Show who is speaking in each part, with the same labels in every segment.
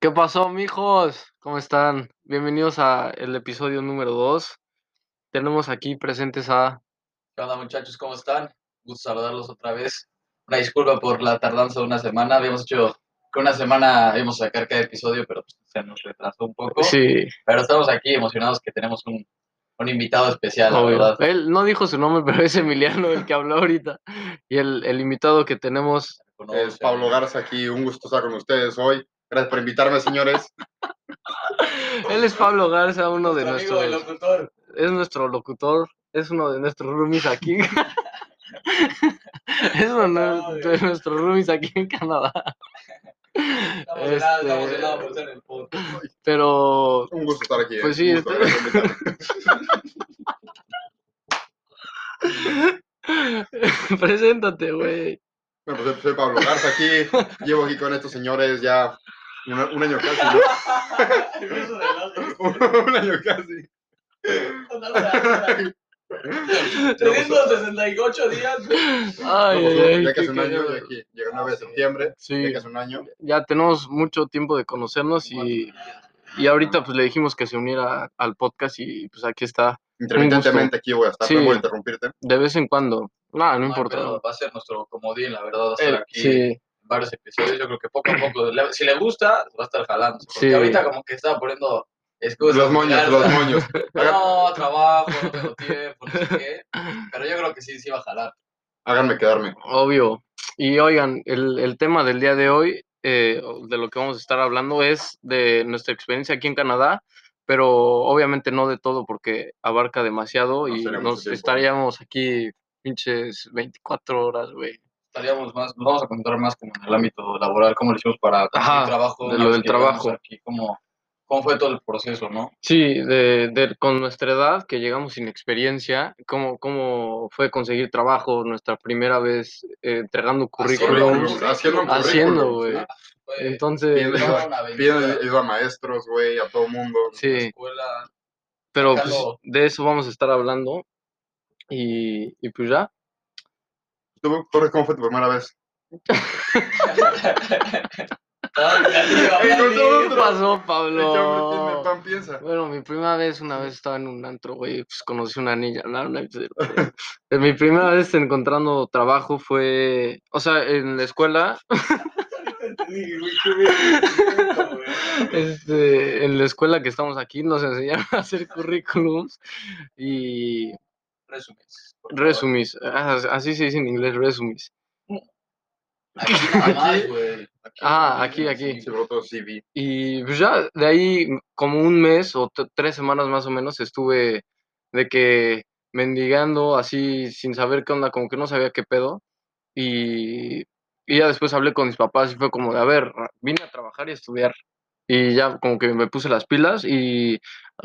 Speaker 1: ¿Qué pasó, mijos? ¿Cómo están? Bienvenidos a el episodio número 2. Tenemos aquí presentes a
Speaker 2: ¿Qué onda, muchachos? ¿Cómo están? Gusto saludarlos otra vez. Una disculpa por la tardanza de una semana. Habíamos hecho que una semana íbamos a sacar cada episodio, pero pues, se nos retrasó un poco.
Speaker 1: pues Sí,
Speaker 2: Pero estamos aquí emocionados que tenemos un, un invitado especial, la
Speaker 1: obvio.
Speaker 2: verdad.
Speaker 1: Él no dijo su nombre, pero es Emiliano el que habló ahorita. Y el, el invitado que tenemos,
Speaker 2: Con
Speaker 3: Es
Speaker 2: Ocean.
Speaker 3: Pablo Garza aquí, un gusto estar con ustedes hoy. Gracias por invitarme, señores.
Speaker 1: él es Pablo Garza, uno de
Speaker 2: Nuestro
Speaker 1: nuestros,
Speaker 2: amigo, el locutor.
Speaker 1: es nuestro locutor, es uno de nuestros roomies aquí. es uno de- de nuestros roomies aquí en Canadá.
Speaker 2: Estamos emocionados,
Speaker 1: Este-
Speaker 2: estamos emocionados por ser el podcast.
Speaker 1: Pero
Speaker 3: Un gusto estar aquí. eh.
Speaker 1: Pues sí,
Speaker 3: Un gusto,
Speaker 1: este-
Speaker 3: gracias por invitarme.
Speaker 1: preséntate, güey.
Speaker 3: Bueno, pues soy Pablo Garza aquí. Llevo aquí con estos señores ya un, un año casi.
Speaker 2: El beso del otro.
Speaker 3: ¿no? un año casi. Llevamos-
Speaker 2: 368 días.
Speaker 1: Ay, ay,
Speaker 3: llevamos un-
Speaker 1: ay,
Speaker 3: pues, ya casi
Speaker 1: qué
Speaker 3: un año,
Speaker 1: cagado. Ah,
Speaker 3: ya aquí, llega el 9 de septiembre,
Speaker 1: Sí,
Speaker 3: ya casi un año.
Speaker 1: ya tenemos mucho tiempo de conocernos y, y ahorita pues le dijimos que se uniera al podcast y pues aquí está,
Speaker 3: Intermitentemente aquí voy a estar,
Speaker 1: Sí.
Speaker 3: no voy a interrumpirte.
Speaker 1: de vez en cuando. Nada, no
Speaker 2: Ay,
Speaker 1: importa.
Speaker 2: pero va a ser nuestro comodín, la verdad, va a estar
Speaker 1: Eh,
Speaker 2: aquí.
Speaker 1: sí,
Speaker 2: varios episodios. Yo creo que poco a poco, le- si le gusta, va a estar jalando. Porque
Speaker 1: Sí.
Speaker 2: ahorita como que estaba poniendo excusas.
Speaker 3: Los moños,
Speaker 2: ya,
Speaker 3: los moños. Hagan-
Speaker 2: No, trabajo, no tengo tiempo, no sé qué. Pero yo creo que sí, sí va a jalar.
Speaker 3: háganme quedarme.
Speaker 1: obvio. Y oigan, el, el tema del día de hoy, eh, o de lo que vamos a estar hablando es de nuestra experiencia aquí en Canadá, pero obviamente no de todo porque abarca demasiado
Speaker 3: No
Speaker 1: y
Speaker 3: será mucho
Speaker 1: nos
Speaker 3: tiempo.
Speaker 1: estaríamos aquí pinches 24 horas, güey.
Speaker 2: Estaríamos más, nos vamos a contar más como en el ámbito laboral, cómo lo hicimos para conseguir
Speaker 1: Ajá,
Speaker 2: trabajo.
Speaker 1: de
Speaker 2: una
Speaker 1: lo
Speaker 2: vez
Speaker 1: del
Speaker 2: que llegamos
Speaker 1: trabajo.
Speaker 2: Aquí, cómo, cómo fue todo el proceso, ¿no?
Speaker 1: Sí, de, de- con nuestra edad, que llegamos sin experiencia, ¿cómo, cómo fue conseguir trabajo nuestra primera vez eh, entregando currículum?
Speaker 2: eh,
Speaker 3: currículum, haciendo un
Speaker 1: Haciendo,
Speaker 3: currículum, eh,
Speaker 1: güey.
Speaker 2: ¿no? Ah, Fue
Speaker 1: Entonces,
Speaker 3: Bien,
Speaker 2: toda una aventura.
Speaker 3: Piden ayuda a maestros, güey, a todo mundo.
Speaker 2: La
Speaker 1: sí,
Speaker 2: escuela,
Speaker 1: pero pues,
Speaker 2: Déjalo.
Speaker 1: de eso vamos a estar hablando. Y, y pues ya,
Speaker 3: ¿Tú, Torres, cómo fue tu primera vez?
Speaker 2: Todo
Speaker 1: ¿qué
Speaker 3: Encontró
Speaker 2: negativo.
Speaker 1: pasó,
Speaker 3: El hombre tiene
Speaker 1: Pablo?
Speaker 3: pan, piensa.
Speaker 1: Bueno, mi primera vez, una vez estaba en un antro, güey, pues conocí una niña. la verdad, pues, eh, eh, mi primera vez encontrando trabajo fue, o sea, en la escuela,
Speaker 2: Sí, güey, qué bien, güey.
Speaker 1: Este, en la escuela que estamos aquí nos enseñaron a hacer currículums y
Speaker 2: Resumes. por favor.
Speaker 1: resumis, as- así se dice en inglés, resumis.
Speaker 2: Aquí nada más,
Speaker 3: Aquí.
Speaker 2: güey.
Speaker 1: Ah, aquí,
Speaker 3: Sí,
Speaker 1: aquí.
Speaker 3: sobre todo CV.
Speaker 1: Y pues ya de ahí m- como un mes o t- tres semanas más o menos estuve de que mendigando así sin saber qué onda, como que no sabía qué pedo. Y, y ya después hablé con mis papás y fue como de, a ver, ra- vine a trabajar y a estudiar. Y ya como que me puse las pilas y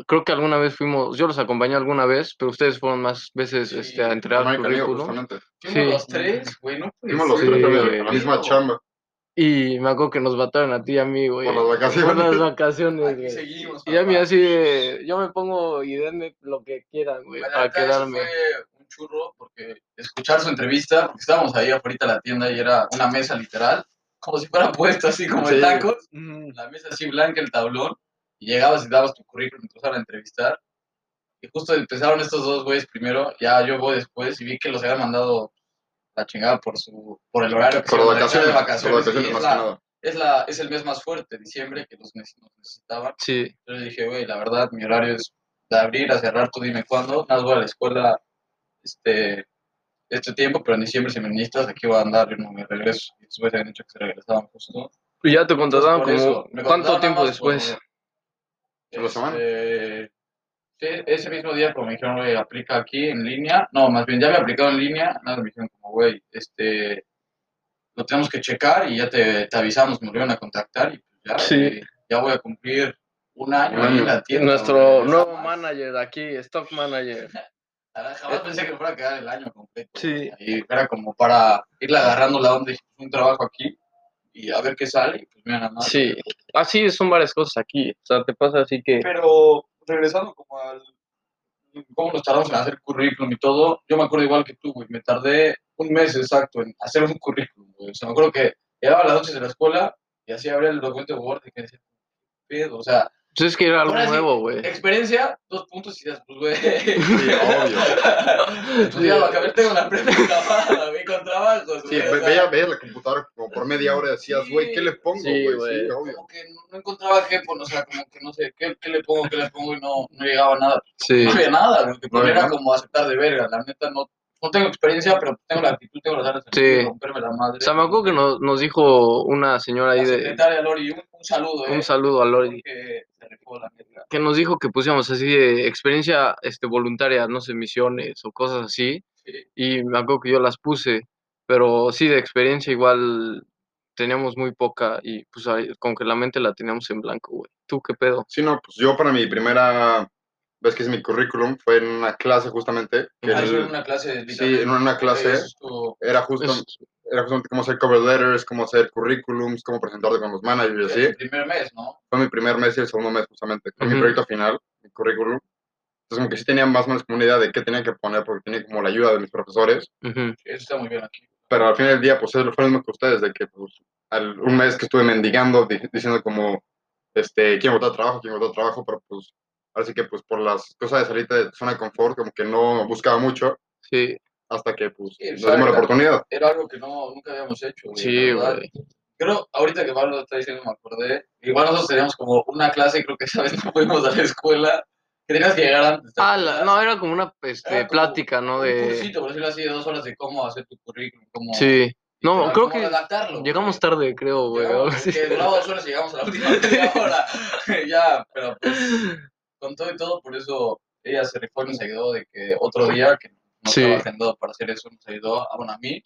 Speaker 1: creo que alguna vez fuimos, yo los acompañé alguna vez, pero ustedes fueron más veces
Speaker 2: Sí,
Speaker 1: este, a entregar
Speaker 3: Mike Amigo,
Speaker 1: currículum.
Speaker 3: justamente.
Speaker 2: Fuimos
Speaker 1: Sí.
Speaker 2: los tres, güey, no puede
Speaker 3: Fuimos los
Speaker 1: Sí,
Speaker 2: ser,
Speaker 3: tres también,
Speaker 1: güey.
Speaker 3: la misma chamba.
Speaker 1: Y me acuerdo que nos mataron a ti y a mí, güey.
Speaker 3: Por las
Speaker 1: Por las
Speaker 3: vacaciones.
Speaker 1: vacaciones,
Speaker 2: Aquí
Speaker 1: güey.
Speaker 2: seguimos.
Speaker 1: Y a mí
Speaker 2: papá.
Speaker 1: así de, yo me pongo y denme lo que quieran, güey,
Speaker 2: La
Speaker 1: para
Speaker 2: neta, eso
Speaker 1: quedarme.
Speaker 2: Fue un churro porque escuchar su entrevista, porque estábamos ahí afuera de la tienda y era una mesa literal, como si fuera puesto así como de
Speaker 3: Sí.
Speaker 2: tacos.
Speaker 1: Ujú.
Speaker 2: La mesa así blanca, el tablón. Y llegabas y dabas tu currículum, empezaban a entrevistar. Y justo empezaron estos dos güeyes primero, ya yo voy después y vi que los habían mandado la chingada por su por el horario que
Speaker 3: Por
Speaker 2: se
Speaker 3: las
Speaker 2: iban a regresar
Speaker 3: vacaciones.
Speaker 2: de
Speaker 3: Por las
Speaker 2: vacaciones. y es
Speaker 3: vacaciones, más que
Speaker 2: la-
Speaker 3: nada.
Speaker 2: es, la, es el mes más fuerte, diciembre, que los neces- nos necesitaban.
Speaker 1: Sí,
Speaker 2: Yo le dije, güey, la verdad, mi horario es de abrir a cerrar, tú dime cuándo. Nada, más voy a la escuela este, este tiempo, pero en diciembre si me necesitas, aquí voy a andar, yo no me regreso. Y después habían dicho que se regresaban justo.
Speaker 1: y ya te contrataron
Speaker 2: Entonces, por eso,
Speaker 1: como,
Speaker 2: me
Speaker 1: ¿cuánto
Speaker 2: contrataron
Speaker 1: tiempo
Speaker 2: nada más por-
Speaker 1: después?
Speaker 3: ¿Por la semana?
Speaker 2: Este, sí, ese mismo día, como me dijeron, güey, aplica aquí en línea. No, más bien ya me aplicado en línea. Nada, me dijeron, como, güey, este, lo tenemos que checar y ya te, te avisamos, me volvieron a contactar y pues ya,
Speaker 1: Sí.
Speaker 2: eh, ya voy a cumplir un año
Speaker 3: Un
Speaker 2: ahí en
Speaker 3: año.
Speaker 2: la tienda.
Speaker 1: Nuestro
Speaker 2: güey.
Speaker 1: nuevo
Speaker 2: Jamás-
Speaker 1: manager aquí, stock manager.
Speaker 2: Ah, Jamás pensé que fuera a quedar el año completo.
Speaker 1: eh, Sí.
Speaker 2: Y era como para irle agarrando la onda y un trabajo aquí y a ver qué sale. y Pues mira, nada más.
Speaker 1: Sí, así son varias cosas aquí, o sea, te pasa así que...
Speaker 2: Pero regresando como al cómo nos tardamos en hacer currículum y todo, yo me acuerdo igual que tú, güey, me tardé un mes exacto en hacer un currículum, güey. O sea, me acuerdo que llegaba a las noches de la escuela y así abría el documento de Word y que decía, pedo? O sea,
Speaker 1: Pues es que era algo
Speaker 2: Ahora sí, eh,
Speaker 1: nuevo, güey.
Speaker 2: experiencia, dos puntos y das, pues, güey.
Speaker 3: Sí, obvio.
Speaker 2: Estudiaba, que a ver, tengo la prepa acabada, güey, con trabajos,
Speaker 3: Sí,
Speaker 2: güey, o
Speaker 3: ve-
Speaker 2: sea,
Speaker 3: veía, veía la computadora como por media hora y decías,
Speaker 2: Sí.
Speaker 3: güey, ¿qué le pongo,
Speaker 1: Sí,
Speaker 3: güey? Sí,
Speaker 1: güey.
Speaker 3: obvio.
Speaker 2: Como que no, no encontraba jefe, o sea, como que no sé, ¿qué, qué le pongo, qué le pongo? Y no, no llegaba a nada.
Speaker 1: Sí.
Speaker 2: No había nada, lo que
Speaker 3: No
Speaker 2: ponía
Speaker 3: había
Speaker 2: era
Speaker 3: nada.
Speaker 2: como aceptar de verga, la neta no. No tengo experiencia, pero tengo la actitud, tengo las ganas de
Speaker 1: Sí.
Speaker 2: romperme la madre.
Speaker 1: O sea, me acuerdo que nos, nos dijo una señora ahí
Speaker 2: La
Speaker 1: de.
Speaker 2: secretaria Lori, un, un saludo, eh.
Speaker 1: Un saludo a Lori.
Speaker 2: Porque se rifó la neta.
Speaker 1: Que nos dijo que pusiéramos así de experiencia este, voluntaria, no sé, misiones o cosas así.
Speaker 2: Sí.
Speaker 1: Y me acuerdo que yo las puse. Pero sí, de experiencia igual teníamos muy poca y pues ahí, como que la mente la teníamos en blanco, güey. ¿Tú qué pedo?
Speaker 3: Sí, no, pues yo para mi primera vez que es mi currículum fue en una clase justamente. Que
Speaker 2: Ah,
Speaker 3: el-
Speaker 2: eso en una clase de
Speaker 3: sí, en una clase
Speaker 2: Eso estuvo-
Speaker 3: era justo,
Speaker 1: Es-
Speaker 3: era justamente cómo hacer cover letters, cómo hacer currículums, cómo presentarte con los managers, ¿sí?
Speaker 2: El primer mes, ¿no?
Speaker 3: Fue mi primer mes y el segundo mes justamente. Fue mi
Speaker 1: Ujú.
Speaker 3: proyecto final, mi currículum. Entonces como que sí tenía más o menos como una idea de qué tenía que poner porque tenía como la ayuda de mis profesores.
Speaker 1: ujú.
Speaker 2: Eso está muy bien aquí.
Speaker 3: pero al fin del día, pues es lo fue lo mismo que ustedes, de que pues, al, un mes que estuve mendigando, di- diciendo como, este, quiero encontrar trabajo, quiero encontrar trabajo, pero pues, así que pues por las cosas de salida de zona de confort, como que no buscaba mucho,
Speaker 1: Sí,
Speaker 3: hasta que pues
Speaker 2: Sí,
Speaker 3: nos
Speaker 2: sabe,
Speaker 3: dimos la
Speaker 2: claro.
Speaker 3: oportunidad.
Speaker 2: Era algo que no, nunca habíamos hecho. güey,
Speaker 1: sí,
Speaker 2: la verdad.
Speaker 1: güey.
Speaker 2: Creo, ahorita que Pablo está diciendo, me acordé. Igual nosotros teníamos como una clase, y creo que esa vez no fuimos a la escuela. Que tenías que llegar antes. ¿te
Speaker 1: Ah, la-
Speaker 2: acuerdas?
Speaker 1: no, era como una este,
Speaker 2: Era como
Speaker 1: plática, ¿no?
Speaker 2: Un
Speaker 1: De...
Speaker 2: cursito, por decirlo así, de dos horas de cómo hacer tu currículum. Cómo,
Speaker 1: Sí. No,
Speaker 2: cómo
Speaker 1: creo que
Speaker 2: redactarlo, güey.
Speaker 1: llegamos tarde, creo, güey. o algo
Speaker 2: Llegamos,
Speaker 1: así.
Speaker 2: que duraba dos horas y llegamos a la última media hora. ya, pero pues, con todo y todo, por eso ella se rifó y nos ayudó de que otro día que no
Speaker 1: Sí.
Speaker 2: estaba agendado para hacer eso, nos ayudó, a, bueno, a mí,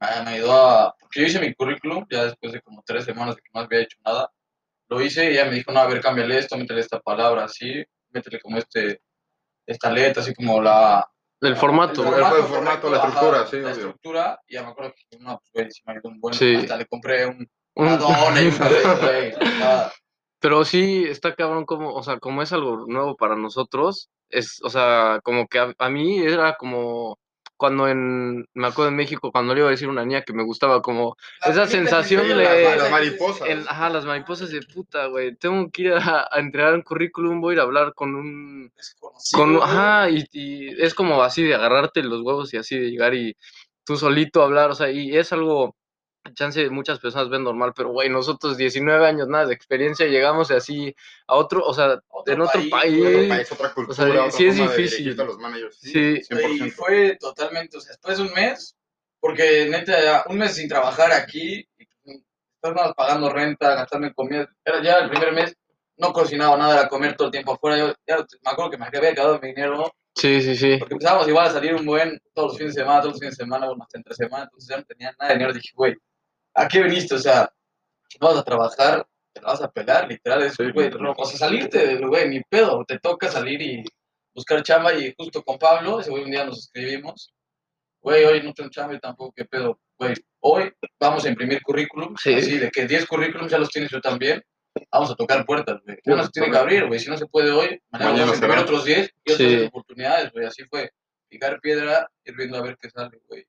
Speaker 2: a- me ayudó a, porque yo hice mi currículum ya después de como tres semanas de que no había hecho nada, lo hice y ella me dijo, no, a ver, cámbiale esto, métele esta palabra así, métele como este, esta letra, así como la,
Speaker 1: El formato.
Speaker 3: El formato, el formato, la
Speaker 2: correcto,
Speaker 3: estructura,
Speaker 2: ajá,
Speaker 3: sí,
Speaker 2: La
Speaker 3: obvio.
Speaker 2: estructura, y ya me acuerdo que no, pues güey, sí me ayudó un buen.
Speaker 1: Sí.
Speaker 2: Hasta le compré un
Speaker 1: Un-
Speaker 2: adorno y una vez, güey. ah,
Speaker 1: Pero sí, está cabrón como, o sea, como es algo nuevo para nosotros, es, o sea, como que a, a mí era como cuando en, me acuerdo en México, cuando le iba a decir a una niña que me gustaba, como,
Speaker 2: la
Speaker 1: Esa
Speaker 2: primera
Speaker 1: sensación
Speaker 2: vez que
Speaker 1: de-
Speaker 2: hice
Speaker 1: Las-
Speaker 3: las mariposas.
Speaker 1: en, ajá, las mariposas de puta, güey, tengo que ir a, a entregar un currículum, voy a ir a hablar con un,
Speaker 2: Desconocido,
Speaker 1: con,
Speaker 2: güey.
Speaker 1: ajá, y, y es como así de agarrarte los huevos y así de llegar y tú solito hablar, o sea, y es algo, chance muchas personas ven normal, pero güey, nosotros 19 años nada de experiencia, llegamos así a otro, o sea,
Speaker 2: Otro
Speaker 1: en otro
Speaker 2: país,
Speaker 1: país.
Speaker 2: güey.
Speaker 3: Otro país, otra cultura,
Speaker 1: sea,
Speaker 3: otra
Speaker 1: sí es
Speaker 3: forma de
Speaker 1: difícil.
Speaker 3: dirigirte a los managers.
Speaker 1: Sí.
Speaker 2: Y
Speaker 3: 100%.
Speaker 2: fue totalmente, o sea, después de un mes, porque neta, ya un mes sin trabajar aquí, y pues, estar nada más pagando renta, gastando en comida. Era ya el primer mes, no cocinaba nada, era comer todo el tiempo afuera. Yo ya me acuerdo que me había quedado mi dinero
Speaker 1: Sí, sí, sí.
Speaker 2: Porque empezábamos igual a salir un buen todos los fines de semana, todos los fines de semana, bueno, hasta entre semana, entonces ya no tenía nada de dinero. Dije, güey, ¿a qué viniste? O sea, no vas a trabajar, te la vas a pelar, literal, es,
Speaker 3: Sí.
Speaker 2: güey, no, o sea, salirte del güey, ni pedo, te toca salir y buscar chamba. Y justo con Pablo, ese güey un día nos escribimos, güey, hoy no tengo chamba y tampoco, qué pedo, güey, hoy vamos a imprimir currículum,
Speaker 1: Sí.
Speaker 2: así de que 10 currículums ya los tienes yo también. Vamos a tocar puertas, güey. Uno se tiene que abrir, güey. Si no se puede hoy, mañana,
Speaker 3: Mañana
Speaker 2: vamos a
Speaker 3: será.
Speaker 2: imprimir otros 10 y otras
Speaker 1: Sí.
Speaker 2: oportunidades, güey. Así fue picar piedra, ir viendo a ver qué sale, güey.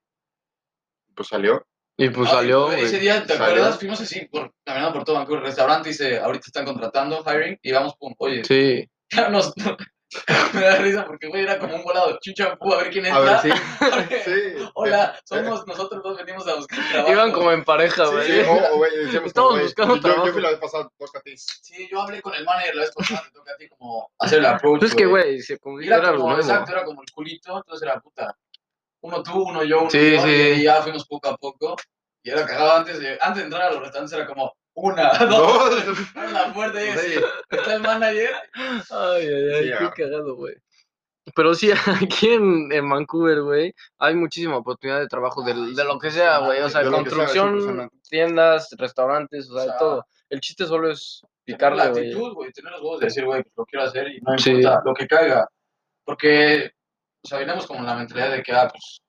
Speaker 3: Pues salió.
Speaker 1: Y pues
Speaker 2: Ah,
Speaker 1: salió,
Speaker 2: güey, Ese
Speaker 1: güey.
Speaker 2: día, ¿te
Speaker 3: Salió.
Speaker 2: acuerdas? Fuimos así, por, caminando por todo Vancouver, restaurante, dice, ahorita están contratando, hiring, y vamos, pum, oye,
Speaker 1: Sí,
Speaker 2: ya nos... me da risa porque, güey, era como un volado, chuchampú, a ver quién
Speaker 3: A
Speaker 2: entra.
Speaker 3: ver, sí. Sí.
Speaker 2: Hola, somos nosotros dos, venimos a buscar trabajo.
Speaker 1: iban como en pareja,
Speaker 2: Sí,
Speaker 1: güey.
Speaker 3: Sí, o- o, güey, decíamos,
Speaker 1: Estamos
Speaker 3: güey,
Speaker 1: buscando
Speaker 3: yo- yo,
Speaker 1: trabajo.
Speaker 3: fui la vez pasada, toca a ti.
Speaker 2: Sí, yo hablé con el manager la vez pasada, te toca a ti como hacer el approach,
Speaker 1: Pues es que, güey, se como
Speaker 2: Y
Speaker 1: era
Speaker 2: Era
Speaker 1: algo
Speaker 2: como,
Speaker 1: nuevo.
Speaker 2: exacto, era como el culito, entonces era puta. Uno tú, uno yo, uno
Speaker 1: Sí,
Speaker 2: yo,
Speaker 1: sí.
Speaker 2: y ya fuimos poco a poco. Y era cagado antes de, antes de entrar a los restaurantes, era como una, dos,
Speaker 3: No,
Speaker 2: abren la puerta y es,
Speaker 3: sí.
Speaker 2: está el manager.
Speaker 1: Ay, ay, ay,
Speaker 3: Sí,
Speaker 1: qué
Speaker 3: ah.
Speaker 1: cagado, güey. Pero sí, aquí en, en Vancouver, güey, hay muchísima oportunidad de trabajo de,
Speaker 2: Ay,
Speaker 1: de lo
Speaker 2: Ah, sí,
Speaker 1: que sea, güey. O sea,
Speaker 3: de lo que sea, es
Speaker 1: construcción,
Speaker 3: impresionante.
Speaker 1: tiendas, restaurantes, o sea,
Speaker 2: O
Speaker 1: de
Speaker 2: sea,
Speaker 1: todo. El chiste solo es
Speaker 2: Tener la
Speaker 1: picarle, güey.
Speaker 2: actitud, güey, tener los huevos de decir, güey, pues lo quiero hacer y no
Speaker 1: Sí.
Speaker 2: importa lo que caiga. Porque, o sea, veníamos con la mentalidad de que, ah, pues,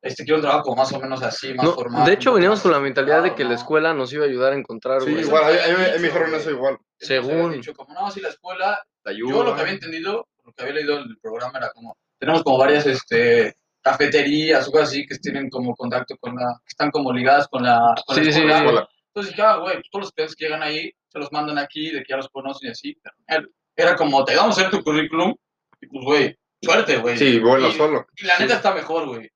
Speaker 2: este quiero un trabajo más o menos así, más
Speaker 1: No,
Speaker 2: formal.
Speaker 1: de hecho,
Speaker 2: un poco
Speaker 1: veníamos
Speaker 2: más
Speaker 1: con la mentalidad de
Speaker 2: estructurado,
Speaker 1: que la
Speaker 2: ¿no?
Speaker 1: escuela nos iba a ayudar a encontrar,
Speaker 3: Sí,
Speaker 1: güey.
Speaker 3: igual, a mí, a mí- a mí me
Speaker 2: Eso,
Speaker 3: dijeron eso
Speaker 2: güey.
Speaker 3: igual.
Speaker 2: Nos habían
Speaker 1: según.
Speaker 2: dicho como, no, sí, la escuela
Speaker 3: Te ayuda.
Speaker 2: Yo lo que había entendido, lo que había leído en el programa era como, tenemos como varias este, cafeterías o cosas así que tienen como contacto con la, que están como ligadas con la, con la
Speaker 1: Sí, sí,
Speaker 2: escuela. "Ah,
Speaker 3: Hola.
Speaker 2: Entonces dije, ah, güey, pues todos los estudiantes que llegan ahí se los mandan aquí, de que ya los conocen y así. Pero él- era como, te vamos a hacer tu currículum, y pues, güey, suerte, güey.
Speaker 3: Sí, vuela
Speaker 2: Y-
Speaker 3: solo.
Speaker 2: Y la neta está mejor, güey.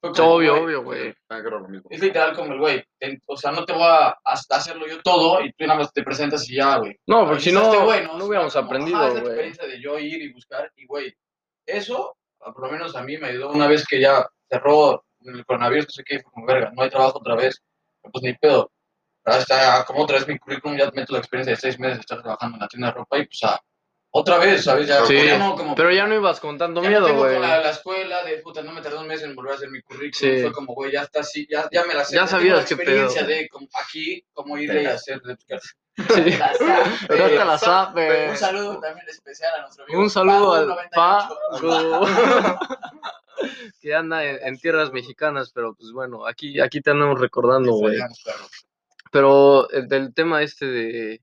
Speaker 2: Fue como,
Speaker 1: Obvio,
Speaker 2: güey,
Speaker 1: obvio, güey.
Speaker 3: Ah, creo lo mismo.
Speaker 2: Es literal como el güey, te- o sea, no te voy a hasta hacerlo yo todo y tú nada más te presentas y ya, güey.
Speaker 1: No, porque si no,
Speaker 2: Este güey,
Speaker 1: no hubiéramos
Speaker 2: Como, ajá, es la
Speaker 1: aprendido, güey.
Speaker 2: experiencia de yo ir y buscar y, güey, eso, a- por lo menos a mí me ayudó una vez que ya cerró el coronavirus, no sé qué, fue como, verga, no hay trabajo otra vez, pues ni pedo. Ahora está como otra vez mi currículum, ya meto la experiencia de seis meses de estar trabajando en la tienda de ropa y, pues, a- otra vez, ¿sabes? Ya,
Speaker 1: Sí,
Speaker 2: ya no, como,
Speaker 1: Pero ya no ibas con tanto
Speaker 2: ya no
Speaker 1: miedo,
Speaker 2: tengo
Speaker 1: güey.
Speaker 2: con la, la escuela de puta, no me tardó un mes en volver a hacer mi currículum.
Speaker 1: Sí.
Speaker 2: Fue como, güey, ya está así, ya, ya me la sé.
Speaker 1: Ya
Speaker 2: tengo
Speaker 1: sabías
Speaker 2: la
Speaker 1: qué pedo,
Speaker 2: experiencia
Speaker 1: güey.
Speaker 2: de como, aquí, cómo ir y hacer. De,
Speaker 1: Sí. Pero hasta la SAP,
Speaker 2: Eh, un saludo también especial a nuestro amigo.
Speaker 1: Eh, Un saludo al Pa.
Speaker 2: Paco98.
Speaker 1: que anda en, en tierras mexicanas, pero pues bueno, aquí, aquí te andamos recordando, güey.
Speaker 2: Claro.
Speaker 1: Pero el del tema este de,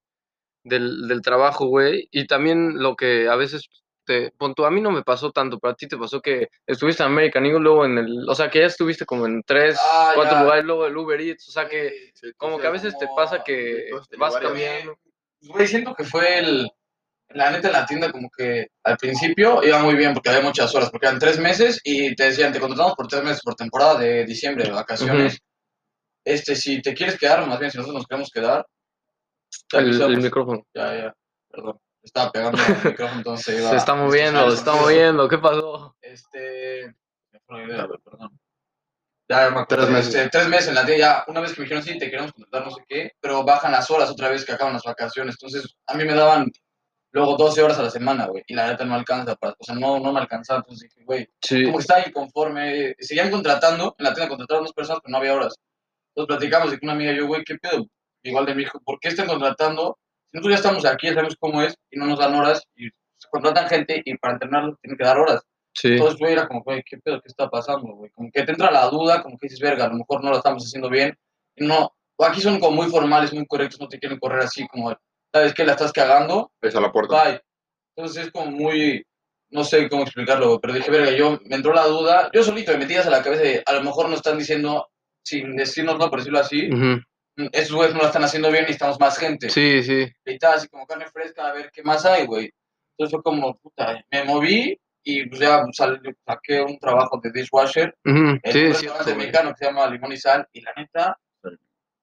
Speaker 1: del, del trabajo, güey, y también lo que a veces te... pon tú, a mí no me pasó tanto, pero a ti te pasó que estuviste en American Eagle, luego en el... O sea, que ya estuviste como en tres,
Speaker 2: Ah,
Speaker 1: cuatro
Speaker 2: ya.
Speaker 1: lugares, luego el Uber Eats, o sea, que como
Speaker 3: sí,
Speaker 1: que a veces te
Speaker 2: como- este
Speaker 1: pasa que
Speaker 3: sí, todos tienen
Speaker 1: vas
Speaker 3: varios.
Speaker 1: cambiando.
Speaker 2: Güey, siento que fue el. La neta, en la tienda, como que al principio iba muy bien porque había muchas horas, porque eran tres meses y te decían, te contratamos por tres meses por temporada de diciembre, de vacaciones. Este, si te quieres quedar, más bien, si nosotros nos queremos quedar. te
Speaker 1: El,
Speaker 2: avisamos.
Speaker 1: el micrófono.
Speaker 2: Ya, ya, perdón. Estaba pegando al micrófono, entonces iba-
Speaker 1: Se está moviendo, se está moviendo, ¿qué pasó?
Speaker 2: Este. me fue una idea, güey, perdón. Ya, ya me acuerdo.
Speaker 3: Tres meses.
Speaker 2: Este, tres meses en la tienda, ya una vez que me dijeron sí, te queremos contratar, no sé qué, pero bajan las horas otra vez que acaban las vacaciones. Entonces, a mí me daban luego 12 horas a la semana, güey, y la neta no alcanza para. O sea, no, no me alcanzaba. Entonces dije, güey,
Speaker 1: Sí.
Speaker 2: como que estaba inconforme. Seguían contratando, en la tienda contrataron dos personas, pero no había horas. Entonces platicamos y con una amiga, yo, güey, ¿qué pedo? Igual de mi hijo, ¿por qué están contratando? Si nosotros ya estamos aquí, ya sabemos cómo es, y no nos dan horas, y contratan gente, y para entrenarlos tienen que dar horas.
Speaker 1: Sí.
Speaker 2: Entonces, güey, era como, güey, ¿qué pedo? ¿Qué está pasando, güey? Como que te entra la duda, como que dices, verga, a lo mejor no lo estamos haciendo bien. Y No, o aquí son como muy formales, muy correctos, no te quieren correr así, como, ¿sabes qué? La estás cagando,
Speaker 3: Es a la puerta.
Speaker 2: Bye. Entonces es como muy, no sé cómo explicarlo, güey, pero dije, verga, yo me entró la duda, yo solito me metías a la cabeza de, a lo mejor nos están diciendo, sin decirnoslo, por decirlo así,
Speaker 1: Ujú.
Speaker 2: esos güeyes no lo están haciendo bien y estamos más gente.
Speaker 1: Sí, sí.
Speaker 2: Y estaba así como carne fresca, a ver qué más hay, güey. Entonces fue como, puta, me moví y pues ya sal- saqué un trabajo de dishwasher
Speaker 1: Ujú.
Speaker 2: en
Speaker 1: Sí,
Speaker 2: un
Speaker 1: es
Speaker 2: restaurante
Speaker 1: cierto, güey.
Speaker 2: mexicano que se llama Limón y Sal, y la neta,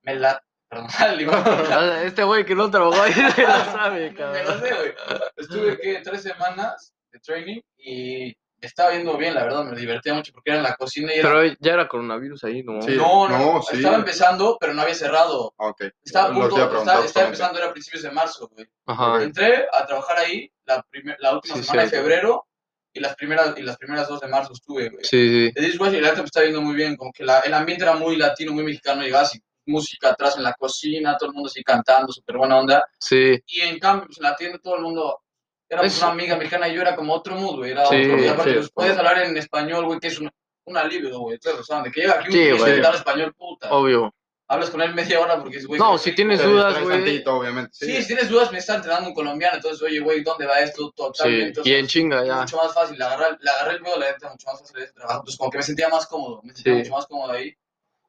Speaker 2: me la... Perdón, Limón y Sal.
Speaker 1: Ah, Este güey que no trabajó ahí se la sabe,
Speaker 2: Me lo
Speaker 1: cabrón.
Speaker 2: sé, güey. Estuve ¿qué? tres semanas de training y me estaba viendo bien, la verdad, me divertía mucho porque era en la cocina y era.
Speaker 1: Pero ya era coronavirus ahí, ¿no?
Speaker 3: Sí.
Speaker 2: no, no,
Speaker 3: no, sí.
Speaker 2: estaba empezando, pero no había cerrado.
Speaker 3: Ah, ok.
Speaker 2: Estaba a
Speaker 3: Lo que
Speaker 2: punto,
Speaker 3: iba a preguntar
Speaker 2: estaba, estaba
Speaker 3: justamente.
Speaker 2: empezando, era a principios de marzo, güey.
Speaker 1: Ajá.
Speaker 2: Entré a trabajar ahí la, primer- la última
Speaker 1: Ah. Sí,
Speaker 2: semana de
Speaker 1: cierto.
Speaker 2: febrero y las primeras, y las primeras dos de marzo estuve, güey.
Speaker 1: Sí, sí.
Speaker 2: El dishwasher, la neta, me estaba viendo muy bien, como que la- el ambiente era muy latino, muy mexicano, llegaba así, música atrás en la cocina, todo el mundo así cantando, súper buena onda.
Speaker 1: Sí.
Speaker 2: Y en cambio, pues, en la tienda todo el mundo era pues,
Speaker 1: Es-
Speaker 2: una amiga mexicana y yo era como otro mood, güey. Era
Speaker 1: Sí,
Speaker 2: otro mood. Aparte,
Speaker 3: sí,
Speaker 2: pues,
Speaker 3: es
Speaker 2: puedes
Speaker 3: como-
Speaker 2: hablar en español, güey, que es un, un alivio, güey. Ustedes lo saben, de que llega aquí un
Speaker 1: Sí,
Speaker 2: tío
Speaker 1: güey.
Speaker 2: que habla español, puta.
Speaker 1: Obvio.
Speaker 2: Hablas con él media hora porque es, güey.
Speaker 1: No,
Speaker 2: se-
Speaker 1: si tienes
Speaker 3: Te
Speaker 1: dudas,
Speaker 3: distraes
Speaker 1: güey.
Speaker 3: tantito, obviamente.
Speaker 2: Sí, si tienes dudas, me está entrenando un colombiano. Entonces, oye, güey, ¿dónde va esto?
Speaker 1: Sí.
Speaker 2: Totalmente. o
Speaker 1: Y
Speaker 2: sea,
Speaker 1: en chinga
Speaker 2: es
Speaker 1: ya.
Speaker 2: mucho más fácil. Le agarré, le agarré el pedo, la neta, mucho más fácil ese trabajo. Entonces, como que me sentía más cómodo. Me sentía
Speaker 1: Sí.
Speaker 2: mucho más cómodo ahí.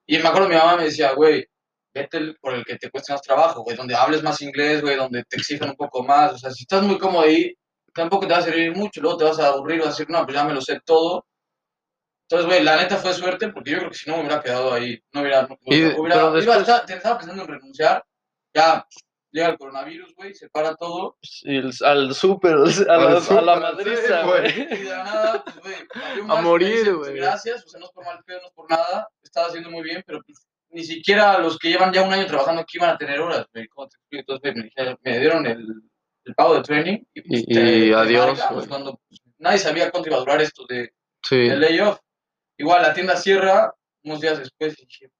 Speaker 2: Y me acuerdo, mi mamá me decía, güey, vete el- por el que te cueste más trabajo, güey, donde hables más inglés, güey, donde te exijan un poco más. O sea, si estás muy cómodo ahí, tampoco te va a servir mucho. Luego te vas a aburrir, vas a decir, no, pues ya me lo sé todo. Entonces, güey, la neta fue suerte porque yo creo que si no me hubiera quedado ahí, no hubiera. no-
Speaker 1: Y-
Speaker 2: hubiera-
Speaker 1: pero
Speaker 2: iba a
Speaker 1: después-
Speaker 2: estar- estaba pensando en renunciar. Ya llega el coronavirus, güey, se para todo.
Speaker 1: Y el- al súper, a
Speaker 3: Al
Speaker 1: la, a la
Speaker 3: súper,
Speaker 1: madriza,
Speaker 3: sí,
Speaker 1: güey.
Speaker 2: Y de la nada, pues, güey, valió
Speaker 1: A
Speaker 2: más,
Speaker 1: morir,
Speaker 2: me dice, pues,
Speaker 1: güey.
Speaker 2: Gracias, o sea, no es por mal pedo, no es por nada. Estaba haciendo muy bien, pero pues, ni siquiera los que llevan ya un año trabajando aquí van a tener horas, güey. ¿Cómo te explico? Entonces, güey, me, dijeron- me dieron el, el pago de training y, pues,
Speaker 1: Y- y adiós,
Speaker 2: marca, pues,
Speaker 1: güey.
Speaker 2: cuando pues, nadie sabía cuánto iba a durar esto de,
Speaker 1: Sí.
Speaker 2: del layoff. Igual, la tienda cierra unos días después y dije,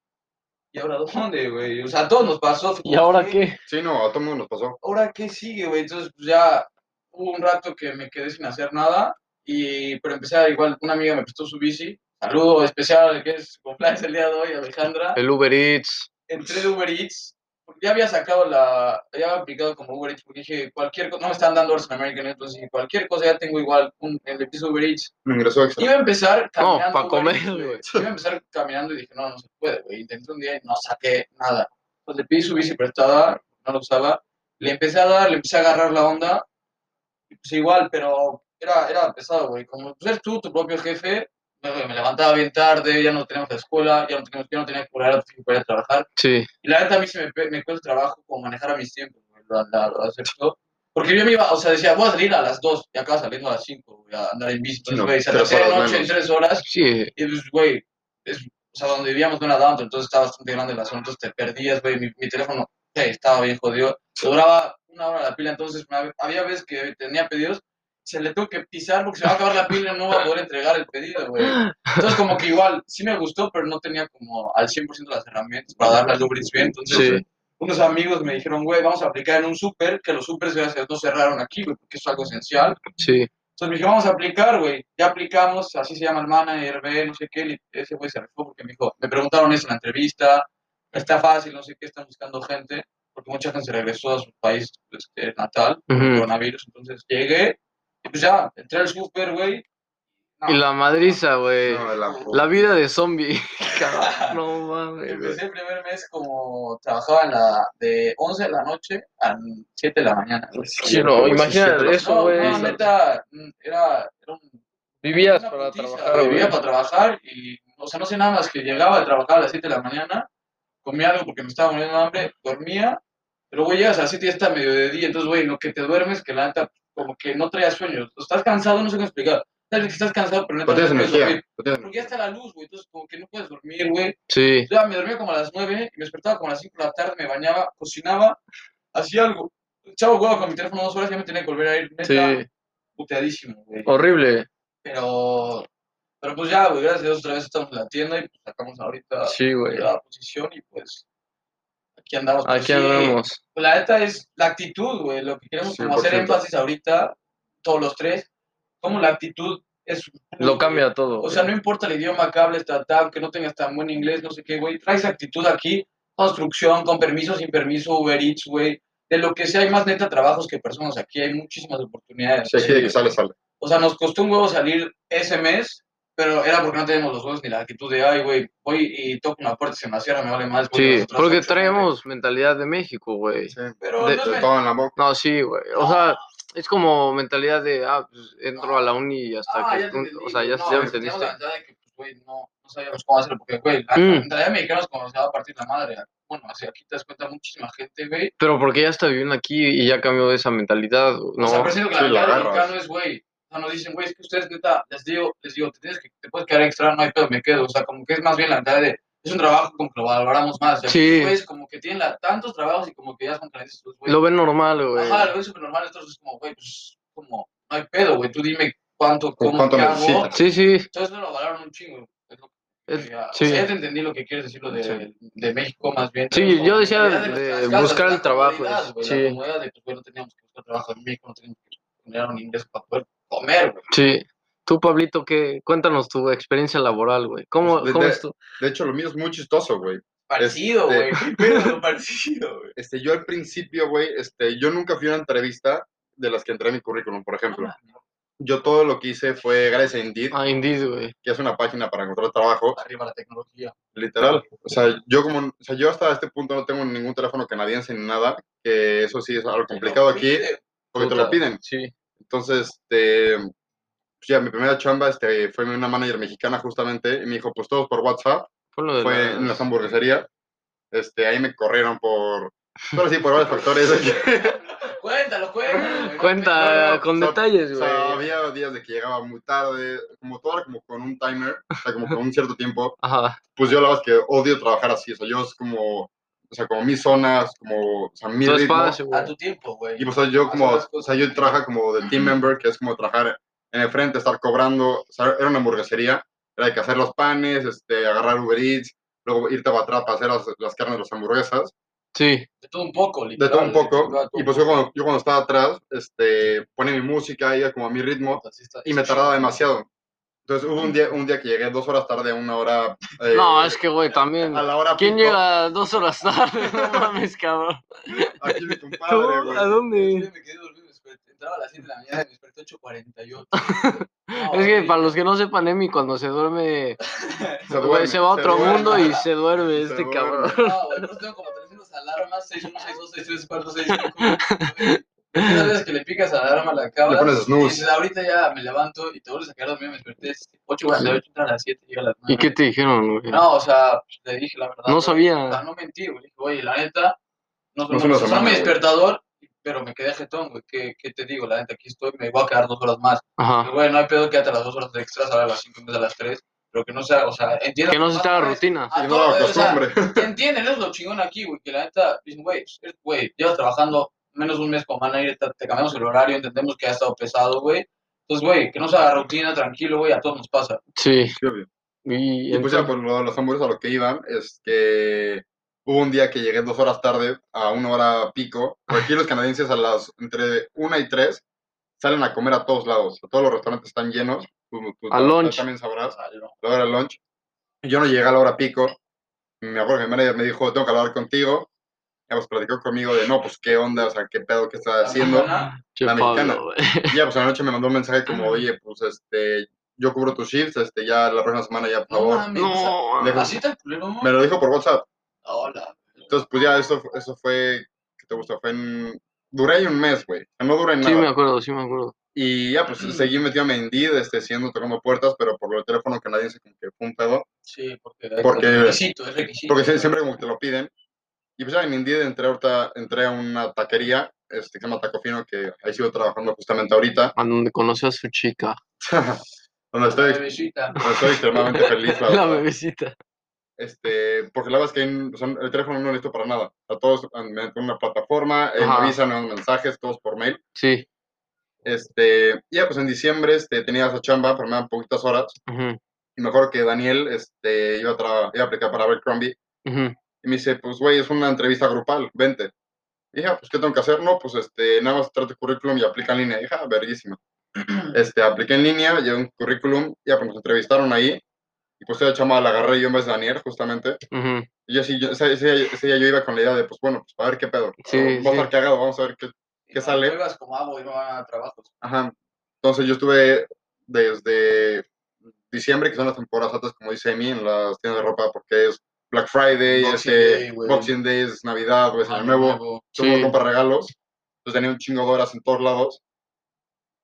Speaker 2: ¿y ahora dónde, güey? O sea, a todos nos pasó. fue
Speaker 1: ¿Y
Speaker 2: como,
Speaker 1: ahora
Speaker 2: ¿qué?
Speaker 1: qué?
Speaker 3: Sí, no, a todo el mundo nos pasó.
Speaker 2: ¿ahora qué sigue, güey? Entonces, pues ya hubo un rato que me quedé sin hacer nada, y, pero empecé a, igual, una amiga me prestó su bici. Saludo especial, que es su cumpleaños el día de hoy, Alejandra.
Speaker 1: El Uber Eats.
Speaker 2: Entré de Uber Eats, porque ya había sacado la, ya había aplicado como Uber Eats, porque dije, cualquier cosa, no me están dando horas en American, entonces dije, cualquier cosa ya tengo igual, un, el piso Uber Eats.
Speaker 3: Me ingresó extra.
Speaker 2: Iba a empezar caminando.
Speaker 1: No, pa'
Speaker 2: güey,
Speaker 1: comer, güey.
Speaker 2: Iba a empezar caminando y dije, no, Pues, no se puede, güey. Intenté un día y no saqué nada. Entonces le pedí su bici prestada, no la usaba. Le empecé a dar, le empecé a agarrar la onda. y Pues igual, pero era, era pesado, güey. Como pues, eres tú, tu propio jefe, me, me levantaba bien tarde, ya no teníamos la escuela, ya no teníamos, yo no tenía que curar, para ir a trabajar.
Speaker 1: Sí,
Speaker 2: Y la neta a mí se me, pe- me cuesta trabajo como manejar a mis tiempos, güey, la, la- lo acepto. Porque yo me iba, o sea, decía, voy a salir a las 2 y acaba saliendo a las 5, voy a andar en bici. Entonces,
Speaker 3: no,
Speaker 2: güey, se a las
Speaker 3: tres
Speaker 2: 6 de la
Speaker 3: horas
Speaker 2: noche en
Speaker 3: menos.
Speaker 2: 3 horas.
Speaker 1: sí,
Speaker 2: Y pues, güey, es- o sea, donde vivíamos no era downtown, entonces estaba bastante grande el asunto, entonces te perdías, güey, mi, mi teléfono güey, estaba bien jodido. Le duraba una hora la pila, entonces me- había veces que tenía pedidos, se le tuvo que pisar porque se va a acabar la pila y no va a poder entregar el pedido, güey. Entonces como que igual, sí me gustó, pero no tenía como al 100% las herramientas para darle al Uber Eats bien, entonces
Speaker 1: sí.
Speaker 2: unos amigos me dijeron, güey, vamos a aplicar en un súper, que los súper no cerraron aquí, güey, porque es algo esencial.
Speaker 1: Sí,
Speaker 2: Entonces me dijeron, vamos a aplicar, güey. Ya aplicamos, así se llama el manager, ve, no sé qué. y Ese güey se rifó porque me dijo, me preguntaron eso en la entrevista, está fácil, no sé qué, están buscando gente, porque mucha gente se regresó a su país este, natal por el
Speaker 1: Ujú.
Speaker 2: coronavirus. Entonces llegué y pues ya, entré al súper, güey. No,
Speaker 1: Y la madriza, güey.
Speaker 3: No, de la-
Speaker 1: La vida de zombie. Cabrón, no mames, güey.
Speaker 2: Empecé el primer mes como trabajaba en la, de 11 de la noche a 7 de la mañana. güey.
Speaker 1: Pues Sí, no, imagina eso,
Speaker 2: No,
Speaker 1: güey.
Speaker 2: no, neta, mm, era, era un
Speaker 1: Vivías
Speaker 2: Una
Speaker 1: para
Speaker 2: putiza,
Speaker 1: trabajar,
Speaker 2: güey,
Speaker 1: güey.
Speaker 2: Vivía para trabajar y, o sea, no sé nada más que llegaba a trabajar a las 7 de la mañana, comía algo porque me estaba muriendo de hambre, dormía, pero güey, llegas a las 7 y ya está medio de día, entonces, güey, lo que te duermes, que la neta, como que no traías sueños, estás cansado, no sé cómo explicar, sabes que estás cansado, pero neta,
Speaker 3: No tienes
Speaker 2: puedes
Speaker 3: energía.
Speaker 2: dormir,
Speaker 3: no tienes
Speaker 2: porque ya está la luz, güey, entonces como que no puedes dormir, güey.
Speaker 1: Sí,
Speaker 2: Yo me dormía como a las 9 y me despertaba como a las 5 de la tarde, me bañaba, cocinaba, hacía algo. Chavo, güey, con mi teléfono dos horas ya me tenía que volver a ir, neta,
Speaker 1: sí.
Speaker 2: puteadísimo, güey.
Speaker 1: Horrible.
Speaker 2: Pero, pero pues ya, güey, gracias a Dios otra vez estamos en la tienda y pues sacamos ahorita
Speaker 1: Sí, güey.
Speaker 2: la posición y pues aquí andamos. Pero
Speaker 1: Aquí
Speaker 2: sí,
Speaker 1: andamos.
Speaker 2: pues, la neta es la actitud, güey, lo que queremos como hacer
Speaker 3: 100%.
Speaker 2: énfasis ahorita, todos los tres, como la actitud es...
Speaker 1: Lo cambia todo.
Speaker 2: O sea, no importa el idioma que hables, tratado, que no tengas tan buen inglés, no sé qué, güey, traes actitud aquí, construcción, con permiso, sin permiso, Uber Eats, güey, de lo que sea, hay más neta trabajos que personas, aquí hay muchísimas oportunidades.
Speaker 3: Sí, aquí de que sale, sale.
Speaker 2: O sea, nos costó un huevo salir ese mes, pero era porque no teníamos los huevos ni la actitud de, ay, güey, voy y toco una puerta y se me cierra, me vale más. voy a las
Speaker 1: Sí,
Speaker 2: otras
Speaker 1: porque
Speaker 2: ocho, güey".
Speaker 1: traemos mentalidad de México, güey.
Speaker 3: Sí.
Speaker 2: Pero
Speaker 1: de-
Speaker 2: no es
Speaker 3: Te
Speaker 2: men-
Speaker 3: toman la boca.
Speaker 1: No, sí, güey. O sea, es como mentalidad de, ah, pues entro a la uni y hasta
Speaker 2: Ah,
Speaker 1: que...
Speaker 2: ya te
Speaker 1: tú-
Speaker 2: entendí,
Speaker 1: O sea,
Speaker 2: güey.
Speaker 1: ya
Speaker 2: No,
Speaker 1: ya me
Speaker 2: güey, teníamos
Speaker 1: entendiste.
Speaker 2: la ventaja de que, pues, güey, no, no sabíamos cómo hacerlo, porque, güey, la
Speaker 1: Mm.
Speaker 2: mentalidad mexicana es como se va a partir la madre. Bueno, así aquí te das cuenta muchísima gente, güey.
Speaker 1: Pero porque ya está viviendo aquí y ya cambió esa mentalidad,
Speaker 2: O sea,
Speaker 1: ¿no?
Speaker 2: pero siento que la
Speaker 3: sí, la
Speaker 2: mentalidad
Speaker 3: agarras.
Speaker 2: mexicana es, güey, o sea, nos dicen, güey, es que ustedes, neta, les digo, les digo, te, tienes que, te puedes quedar extra, no hay pedo, me quedo. O sea, como que es más bien la mentalidad de, es un trabajo como que lo valoramos más. ya.
Speaker 1: Sí.
Speaker 2: Güey, es como que tienen la- tantos trabajos y como que ya son canadienses, pues, güey.
Speaker 1: Lo ven normal, güey.
Speaker 2: Ajá, lo ven súper normal, entonces es como, güey, pues, como, no hay pedo, güey, tú dime cuánto, cómo,
Speaker 3: Pues, ¿Cuánto
Speaker 2: qué hago.
Speaker 3: necesitas?
Speaker 1: Sí, sí.
Speaker 2: Entonces me lo valoraron un chingo. es lo que
Speaker 1: Es-
Speaker 2: quería-
Speaker 1: sí.
Speaker 2: O sea, ya te entendí lo que quieres decir, lo de, de México más bien.
Speaker 1: Sí,
Speaker 2: pero
Speaker 1: yo
Speaker 2: como
Speaker 1: decía
Speaker 2: la idea
Speaker 1: de
Speaker 2: nuestras
Speaker 1: buscar
Speaker 2: la
Speaker 1: el trabajo,
Speaker 2: comodidad, güey,
Speaker 1: sí.
Speaker 2: La comodidad de que pues, no teníamos que buscar trabajo en México, no teníamos que generar un ingreso para poder comer, güey.
Speaker 1: Sí. Tú, Pablito, ¿qué? cuéntanos tu experiencia laboral, güey. ¿Cómo,
Speaker 3: Pues, de-
Speaker 1: cómo
Speaker 3: de-
Speaker 1: es tu...?
Speaker 3: De hecho, lo mío es muy chistoso, güey.
Speaker 2: Parecido, güey.
Speaker 3: Este-
Speaker 2: Pero lo parecido, güey.
Speaker 3: Este, yo al principio, güey, este, yo nunca fui a una entrevista de las que entré en mi currículum, por ejemplo. Yo todo lo que hice fue gracias a Indeed,
Speaker 1: Ah, Indeed, güey.
Speaker 3: que es una página para encontrar trabajo,
Speaker 2: Arriba la tecnología.
Speaker 3: literal. O sea, yo como, o sea, yo hasta este punto no tengo ningún teléfono canadiense ni nada, que eso sí es algo complicado aquí, porque te lo
Speaker 1: Puta,
Speaker 3: piden.
Speaker 1: Sí.
Speaker 3: Entonces, este, pues ya mi primera chamba, este, fue una manager mexicana justamente, y me dijo, pues todos por WhatsApp,
Speaker 1: Fue lo de
Speaker 3: fue
Speaker 1: las-
Speaker 3: en las hamburgueserías. Este, ahí me corrieron por, pero sí, por varios factores.
Speaker 2: Cuéntalo, cuéntalo. güey.
Speaker 1: Cuenta
Speaker 3: No, no,
Speaker 1: con
Speaker 3: o sea,
Speaker 1: detalles,
Speaker 3: O
Speaker 1: güey.
Speaker 3: sea, había días de que llegaba muy tarde, como todo era como con un timer, o sea, como con un cierto tiempo.
Speaker 1: Ajá.
Speaker 3: Pues yo la verdad es que odio trabajar así, o sea, yo es como, o sea, como mis zonas, como, o sea, mi
Speaker 1: Tu
Speaker 3: ritmo.
Speaker 1: espacio,
Speaker 2: A
Speaker 1: güey.
Speaker 2: tu tiempo, güey.
Speaker 3: Y pues o sea, yo
Speaker 2: Hacer
Speaker 3: como,
Speaker 2: las
Speaker 3: o sea, yo
Speaker 2: cosas.
Speaker 3: trabajo como de team member, que es como trabajar en el frente, estar cobrando, o sea, era una hamburguesería, era de que hacer los panes, este, agarrar Uber Eats, luego irte para atrás para hacer las, las carnes de las hamburguesas,
Speaker 1: Sí.
Speaker 3: eh,
Speaker 2: De todo un poco,
Speaker 3: de
Speaker 2: literal.
Speaker 3: todo un
Speaker 2: güey,
Speaker 3: poco.
Speaker 2: literal,
Speaker 3: Y
Speaker 2: todo
Speaker 3: pues yo cuando, yo cuando estaba atrás, este, ponía mi música, iba como a mi ritmo,
Speaker 2: un poco, así está-
Speaker 3: y me tardaba demasiado. Entonces hubo un día, un día que llegué dos horas tarde a una hora. eh,
Speaker 1: No, es que, güey, también...
Speaker 3: A la hora
Speaker 1: ¿Quién
Speaker 3: pico.
Speaker 1: llega dos horas tarde? No mames, cabrón.
Speaker 3: Aquí mi
Speaker 1: ¿Tú?
Speaker 3: compadre, güey.
Speaker 1: ¿A dónde?
Speaker 2: Sí, me quedé dormido, me desperté- entraba a las 7 de la mañana y me desperté 8.48.
Speaker 1: Es que para los que no sepan, Emi, cuando se duerme,
Speaker 3: Se
Speaker 1: güey, se va a otro
Speaker 3: duerme,
Speaker 1: mundo y
Speaker 3: se
Speaker 1: se duerme
Speaker 3: Se
Speaker 1: este
Speaker 3: duerme.
Speaker 1: cabrón.
Speaker 2: No, güey, no tengo como 300 esas alarmas, 616263646. Cada vez que le picas a la alarma la acabas.
Speaker 3: Le pones snooze.
Speaker 2: Y dices, ahorita ya me levanto y te vuelves a quedar dormido. Me desperté 8 horas, de 8 a las 7 y a las 9.
Speaker 1: ¿Y qué te dijeron, güey?
Speaker 2: No, o sea, le dije la verdad.
Speaker 1: No
Speaker 2: güey.
Speaker 1: sabía.
Speaker 2: O sea, no mentí, güey. Dije, oye, la neta, no
Speaker 3: No
Speaker 2: sonó,
Speaker 3: fue una
Speaker 2: sonó
Speaker 3: semana,
Speaker 2: mi
Speaker 3: güey.
Speaker 2: despertador, pero me quedé jetón, güey. ¿Qué, ¿Qué te digo? La neta, aquí estoy, me voy a quedar dos horas más.
Speaker 1: Ajá.
Speaker 2: Güey, no hay pedo, quédate las dos horas extras, ahora a las 5 en vez de las 3. Pero que no sea, o sea, entiendo.
Speaker 1: Que no se está la rutina.
Speaker 2: Ah,
Speaker 3: Y
Speaker 2: todo,
Speaker 3: no la
Speaker 2: o sea,
Speaker 3: costumbre.
Speaker 2: te entienden, es lo chingón aquí, güey, que la neta, dicen, güey, eres- güey, llevas trabajando menos de un mes con manager, te, te cambiamos el horario, entendemos que ha estado pesado, güey. Entonces, güey, que no sea rutina, tranquilo, güey, a todos nos pasa.
Speaker 1: Sí.
Speaker 3: Sí, obvio.
Speaker 1: Y,
Speaker 3: Y pues ya
Speaker 1: entonces-
Speaker 3: por lo de los hamburguesas a lo que iban es que hubo un día que llegué dos horas tarde a una hora pico. Por aquí los canadienses a las entre una y tres salen a comer a todos lados. Todos los restaurantes están llenos. Tú, tú-
Speaker 1: A
Speaker 3: tú
Speaker 1: lunch.
Speaker 3: también sabrás.
Speaker 2: O sea, yo no-
Speaker 3: La hora del lunch. Yo no llegué a la hora pico. Me acuerdo que mi manager me dijo, tengo que hablar contigo. Ya pues platicó conmigo de, no, pues qué onda, o sea, qué pedo, qué estás haciendo.
Speaker 2: Ajá.
Speaker 1: Che,
Speaker 3: la
Speaker 1: Pablo,
Speaker 3: mexicana.
Speaker 1: güey.
Speaker 3: Y ya pues en la noche me mandó un mensaje como, oye, pues este, yo cubro tus shifts, este, ya la próxima semana ya, por
Speaker 2: No
Speaker 3: favor.
Speaker 2: mames, o
Speaker 1: No.
Speaker 3: Dejo-
Speaker 2: sea, así tan culero,
Speaker 3: Me lo dijo por WhatsApp.
Speaker 2: Hola.
Speaker 3: Entonces, pues ya, eso, fu- eso fue, ¿qué te gusta? Fue en... Duré ahí un mes, güey. No duré nada.
Speaker 1: Sí, me acuerdo, sí me acuerdo.
Speaker 3: Y ya, pues seguí metido a Mendy, este, siendo tocando puertas, pero por el teléfono canadiense como que fue un pedo.
Speaker 2: Sí, porque ahí
Speaker 3: Porque-
Speaker 2: está, es requisito, es requisito.
Speaker 3: Porque sie- siempre como que te lo piden. Y pues ya en Indeed entré, ahorita, entré a una taquería este, que se llama Taco Fino, que ahí sigo trabajando justamente ahorita,
Speaker 1: A donde conoció a su chica.
Speaker 3: donde estoy,
Speaker 2: La bebecita.
Speaker 3: donde estoy extremadamente feliz. la
Speaker 1: La
Speaker 3: verdad.
Speaker 1: bebecita.
Speaker 3: este, porque la verdad es que en- o sea, el teléfono no listo para nada. A todos me con una plataforma, eh, me
Speaker 1: Ajá.
Speaker 3: avisan, me mandan mensajes, todos por mail.
Speaker 1: Sí.
Speaker 3: Este, ya pues en diciembre este, tenía esa chamba, pero me dan poquitas horas.
Speaker 1: Ujú,
Speaker 3: Y me acuerdo que Daniel este, iba, a tra- iba a aplicar para Abercrombie.
Speaker 1: ujú.
Speaker 3: Y me dice, pues, güey, es una entrevista grupal, vente. Y dije, ah, pues, ¿qué tengo que hacer? No, pues, este, nada más trate tu currículum y aplica en línea. Y dije, ah, verguísima. Este, apliqué en línea, llevé un currículum, ya, pues, nos entrevistaron ahí. Y pues, esa chama la agarré yo en vez de Daniel, justamente.
Speaker 1: Ujú.
Speaker 3: Y yo sí, yo, ese, ese- ese día yo iba con la idea de, pues, bueno, pues, a ver qué pedo.
Speaker 1: Sí,
Speaker 3: Vamos a
Speaker 1: sí.
Speaker 3: ver qué hago, vamos a ver qué... ¿Qué sale?
Speaker 2: No ibas como hago, iba a pues, trabajos.
Speaker 3: Ajá. Entonces, yo estuve desde diciembre, que son las temporadas altas, como dice Emi, en las tiendas de ropa, porque es Black Friday,
Speaker 2: Boxing
Speaker 3: es, eh,
Speaker 2: Day, güey.
Speaker 3: Boxing Day, es Navidad, güey, es Año
Speaker 2: Año
Speaker 3: Nuevo. todo
Speaker 1: Sí.
Speaker 3: mundo compra regalos. Entonces tenía un chingo de horas en todos lados.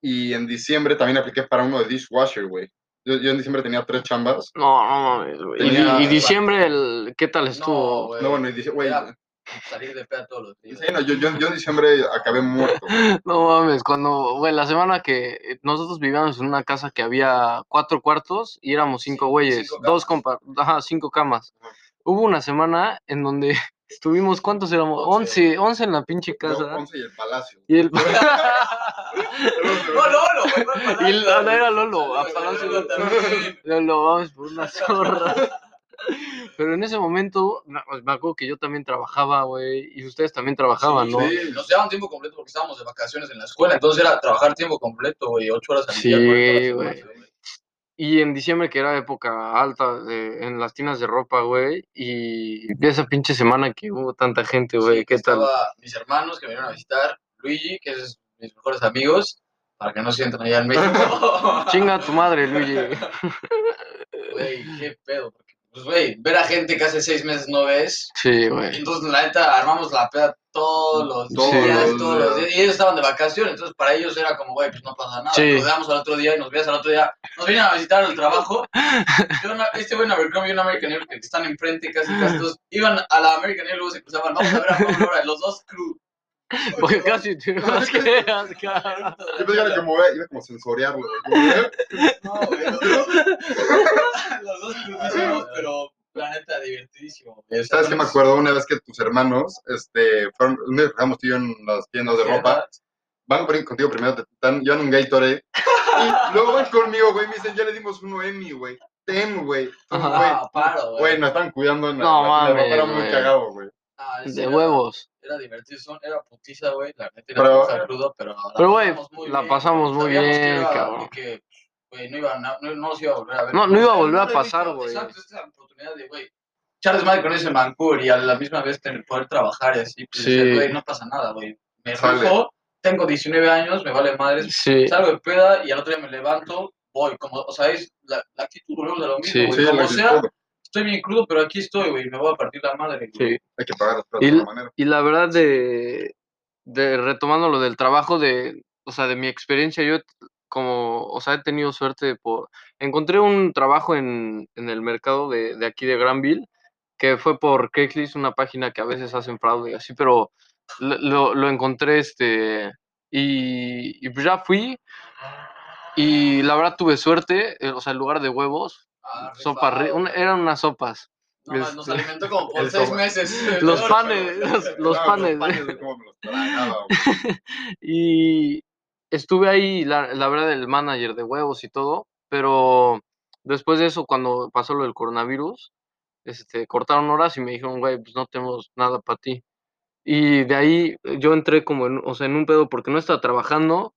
Speaker 3: Y en diciembre también apliqué para uno de dishwasher, güey. Yo, yo en diciembre tenía tres chambas.
Speaker 1: No, no mames, güey. Y,
Speaker 3: Tenía-
Speaker 1: y diciembre, el, ¿qué tal estuvo?
Speaker 2: güey.
Speaker 3: No, bueno, y dice, güey.
Speaker 2: Ya. Salir de peda todos los días.
Speaker 3: sí, no, yo, yo, yo en diciembre acabé muerto.
Speaker 1: No, mames, cuando, güey, la semana que eh, nosotros vivíamos en una casa que había cuatro cuartos y éramos cinco
Speaker 2: Cinco-
Speaker 1: güeyes,
Speaker 2: cinco
Speaker 1: dos
Speaker 2: camas.
Speaker 1: compa, ajá, cinco camas.
Speaker 3: Ajá.
Speaker 1: Hubo una semana en donde estuvimos, ¿cuántos éramos?
Speaker 2: Once.
Speaker 1: Once, once en la pinche
Speaker 3: Yo,
Speaker 1: casa.
Speaker 3: 11 y el palacio.
Speaker 1: y el...
Speaker 2: No, Lolo, güey, no al
Speaker 1: Y el-
Speaker 2: Palacio.
Speaker 1: no, era Lolo, a
Speaker 2: Saludos,
Speaker 1: Palacio.
Speaker 2: Lolo, también.
Speaker 1: Lo, lo vamos por una zorra. Pero en ese momento, me me acuerdo que yo también trabajaba, güey, y ustedes también trabajaban, Ah, ¿no?
Speaker 3: Sí,
Speaker 2: Nos daban tiempo completo porque estábamos de vacaciones en la escuela, entonces era trabajar tiempo completo, güey, ocho horas al día.
Speaker 1: Sí,
Speaker 2: cuarenta horas a la
Speaker 1: güey.
Speaker 2: semana, güey.
Speaker 1: Y en diciembre, que era época alta de- en las tiendas de ropa, güey, y de esa pinche semana que hubo tanta gente, güey,
Speaker 2: Sí,
Speaker 1: ¿qué tal?
Speaker 2: Estaba mis hermanos que me vinieron a visitar, Luigi, que es mis mejores amigos, para que no sientan allá en México.
Speaker 1: Chinga a tu madre, Luigi.
Speaker 2: Güey, qué pedo. porque, Pues, güey, ver a gente que hace seis meses no ves,
Speaker 1: Sí, güey.
Speaker 2: Entonces, la neta, armamos la peda todos los
Speaker 1: Todos
Speaker 2: días,
Speaker 3: los
Speaker 2: todos los días. Y ellos estaban de vacaciones, entonces para ellos era como, güey, pues no pasa nada.
Speaker 1: Sí.
Speaker 2: Nos veamos al otro día y nos veas al otro día. Nos vienen a visitar al trabajo. Yo una- este güey en Abercrombie y un American Eagle que están enfrente casi casi todos. Iban a la American Eagle, luego se cruzaban. Vamos a ver a Pablo ahora, los dos crew.
Speaker 1: Porque casi te masqueas, cabrón.
Speaker 3: Yo pensé que era como, eh, iba como a sensoriarlo. güey, como, eh,
Speaker 2: No, güey, los dos, los dos crudísimos, pero la neta, divertidísimo. güey. O sea,
Speaker 3: ¿Sabes qué me
Speaker 2: somos-
Speaker 3: acuerdo? Una vez que tus hermanos, este, fueron, un día que trabajamos tú y yo en las tiendas de ropa, van por- contigo primero, te dan, llevan un Gatorade, y luego van conmigo, güey, me dicen, ya le dimos uno Emmy, güey. Ten, güey. Entonces,
Speaker 1: Ajá.
Speaker 3: güey,
Speaker 2: Ah, paro, güey.
Speaker 3: Güey, nos están cuidando en la,
Speaker 1: No
Speaker 3: la- la-
Speaker 1: mames,
Speaker 3: Era muy
Speaker 1: güey.
Speaker 3: cagado, güey.
Speaker 2: Ah, ese
Speaker 1: De
Speaker 2: era-
Speaker 1: huevos.
Speaker 2: era divertido, son- era putiza, güey, la neta
Speaker 3: Pero-
Speaker 2: era putiza crudo, pero la
Speaker 1: Pero, güey,
Speaker 2: pasamos muy
Speaker 1: la
Speaker 2: bien,
Speaker 1: pasamos
Speaker 2: güey.
Speaker 1: muy
Speaker 2: Sabíamos
Speaker 1: bien,
Speaker 2: que era-
Speaker 1: cabrón.
Speaker 2: que, güey, no, iba, no, no, nos iba a volver a ver.
Speaker 1: No, no iba a
Speaker 2: Era
Speaker 1: volver a
Speaker 2: una
Speaker 1: pasar,
Speaker 2: revista,
Speaker 1: güey.
Speaker 2: Exacto, esta es la oportunidad de, güey, Charles Madre con ese Mancur y a la misma vez tener, poder trabajar y así, pues,
Speaker 1: Sí.
Speaker 2: decías, güey, no pasa nada, güey. Me
Speaker 3: Sale.
Speaker 2: rifo, tengo 19 años, me vale madres,
Speaker 1: Sí,
Speaker 2: salgo de peda y al otro día me levanto, voy, como, o sea, es la, la actitud, volvemos a lo mismo,
Speaker 1: Sí.
Speaker 2: güey,
Speaker 3: Sí,
Speaker 2: como
Speaker 3: la
Speaker 2: sea,
Speaker 3: actitud.
Speaker 2: estoy bien crudo, pero aquí estoy, güey, me voy a partir la madre. güey.
Speaker 1: Sí.
Speaker 3: Hay que pagar las
Speaker 1: Y-
Speaker 3: de alguna manera.
Speaker 1: Y la verdad, de, de retomando lo del trabajo, de, o sea, de mi experiencia, yo como, o sea, he tenido suerte por... Encontré un trabajo en, en el mercado de, de aquí de Granville, que fue por Craigslist, una página que a veces hacen fraude y así, pero lo, lo- lo encontré, este, y, y pues ya fui, y la verdad tuve suerte, eh, o sea, en lugar de huevos,
Speaker 2: Ah,
Speaker 1: sopa,
Speaker 2: rifado,
Speaker 1: re- una-
Speaker 2: güey.
Speaker 1: eran unas sopas.
Speaker 2: No, más, nos
Speaker 1: este-
Speaker 2: alimentó como por
Speaker 3: El
Speaker 2: seis
Speaker 3: sopa.
Speaker 2: meses.
Speaker 1: Los
Speaker 2: No,
Speaker 1: panes,
Speaker 2: pero-
Speaker 1: los- los
Speaker 3: No,
Speaker 1: panes.
Speaker 3: güey, cómo me los tragaba, güey.
Speaker 1: Y estuve ahí, la, la verdad, el manager de huevos y todo, pero después de eso, cuando pasó lo del coronavirus, este, cortaron horas y me dijeron, güey, pues no tenemos nada para ti. Y de ahí eh, yo entré como en, o sea, en un pedo porque no estaba trabajando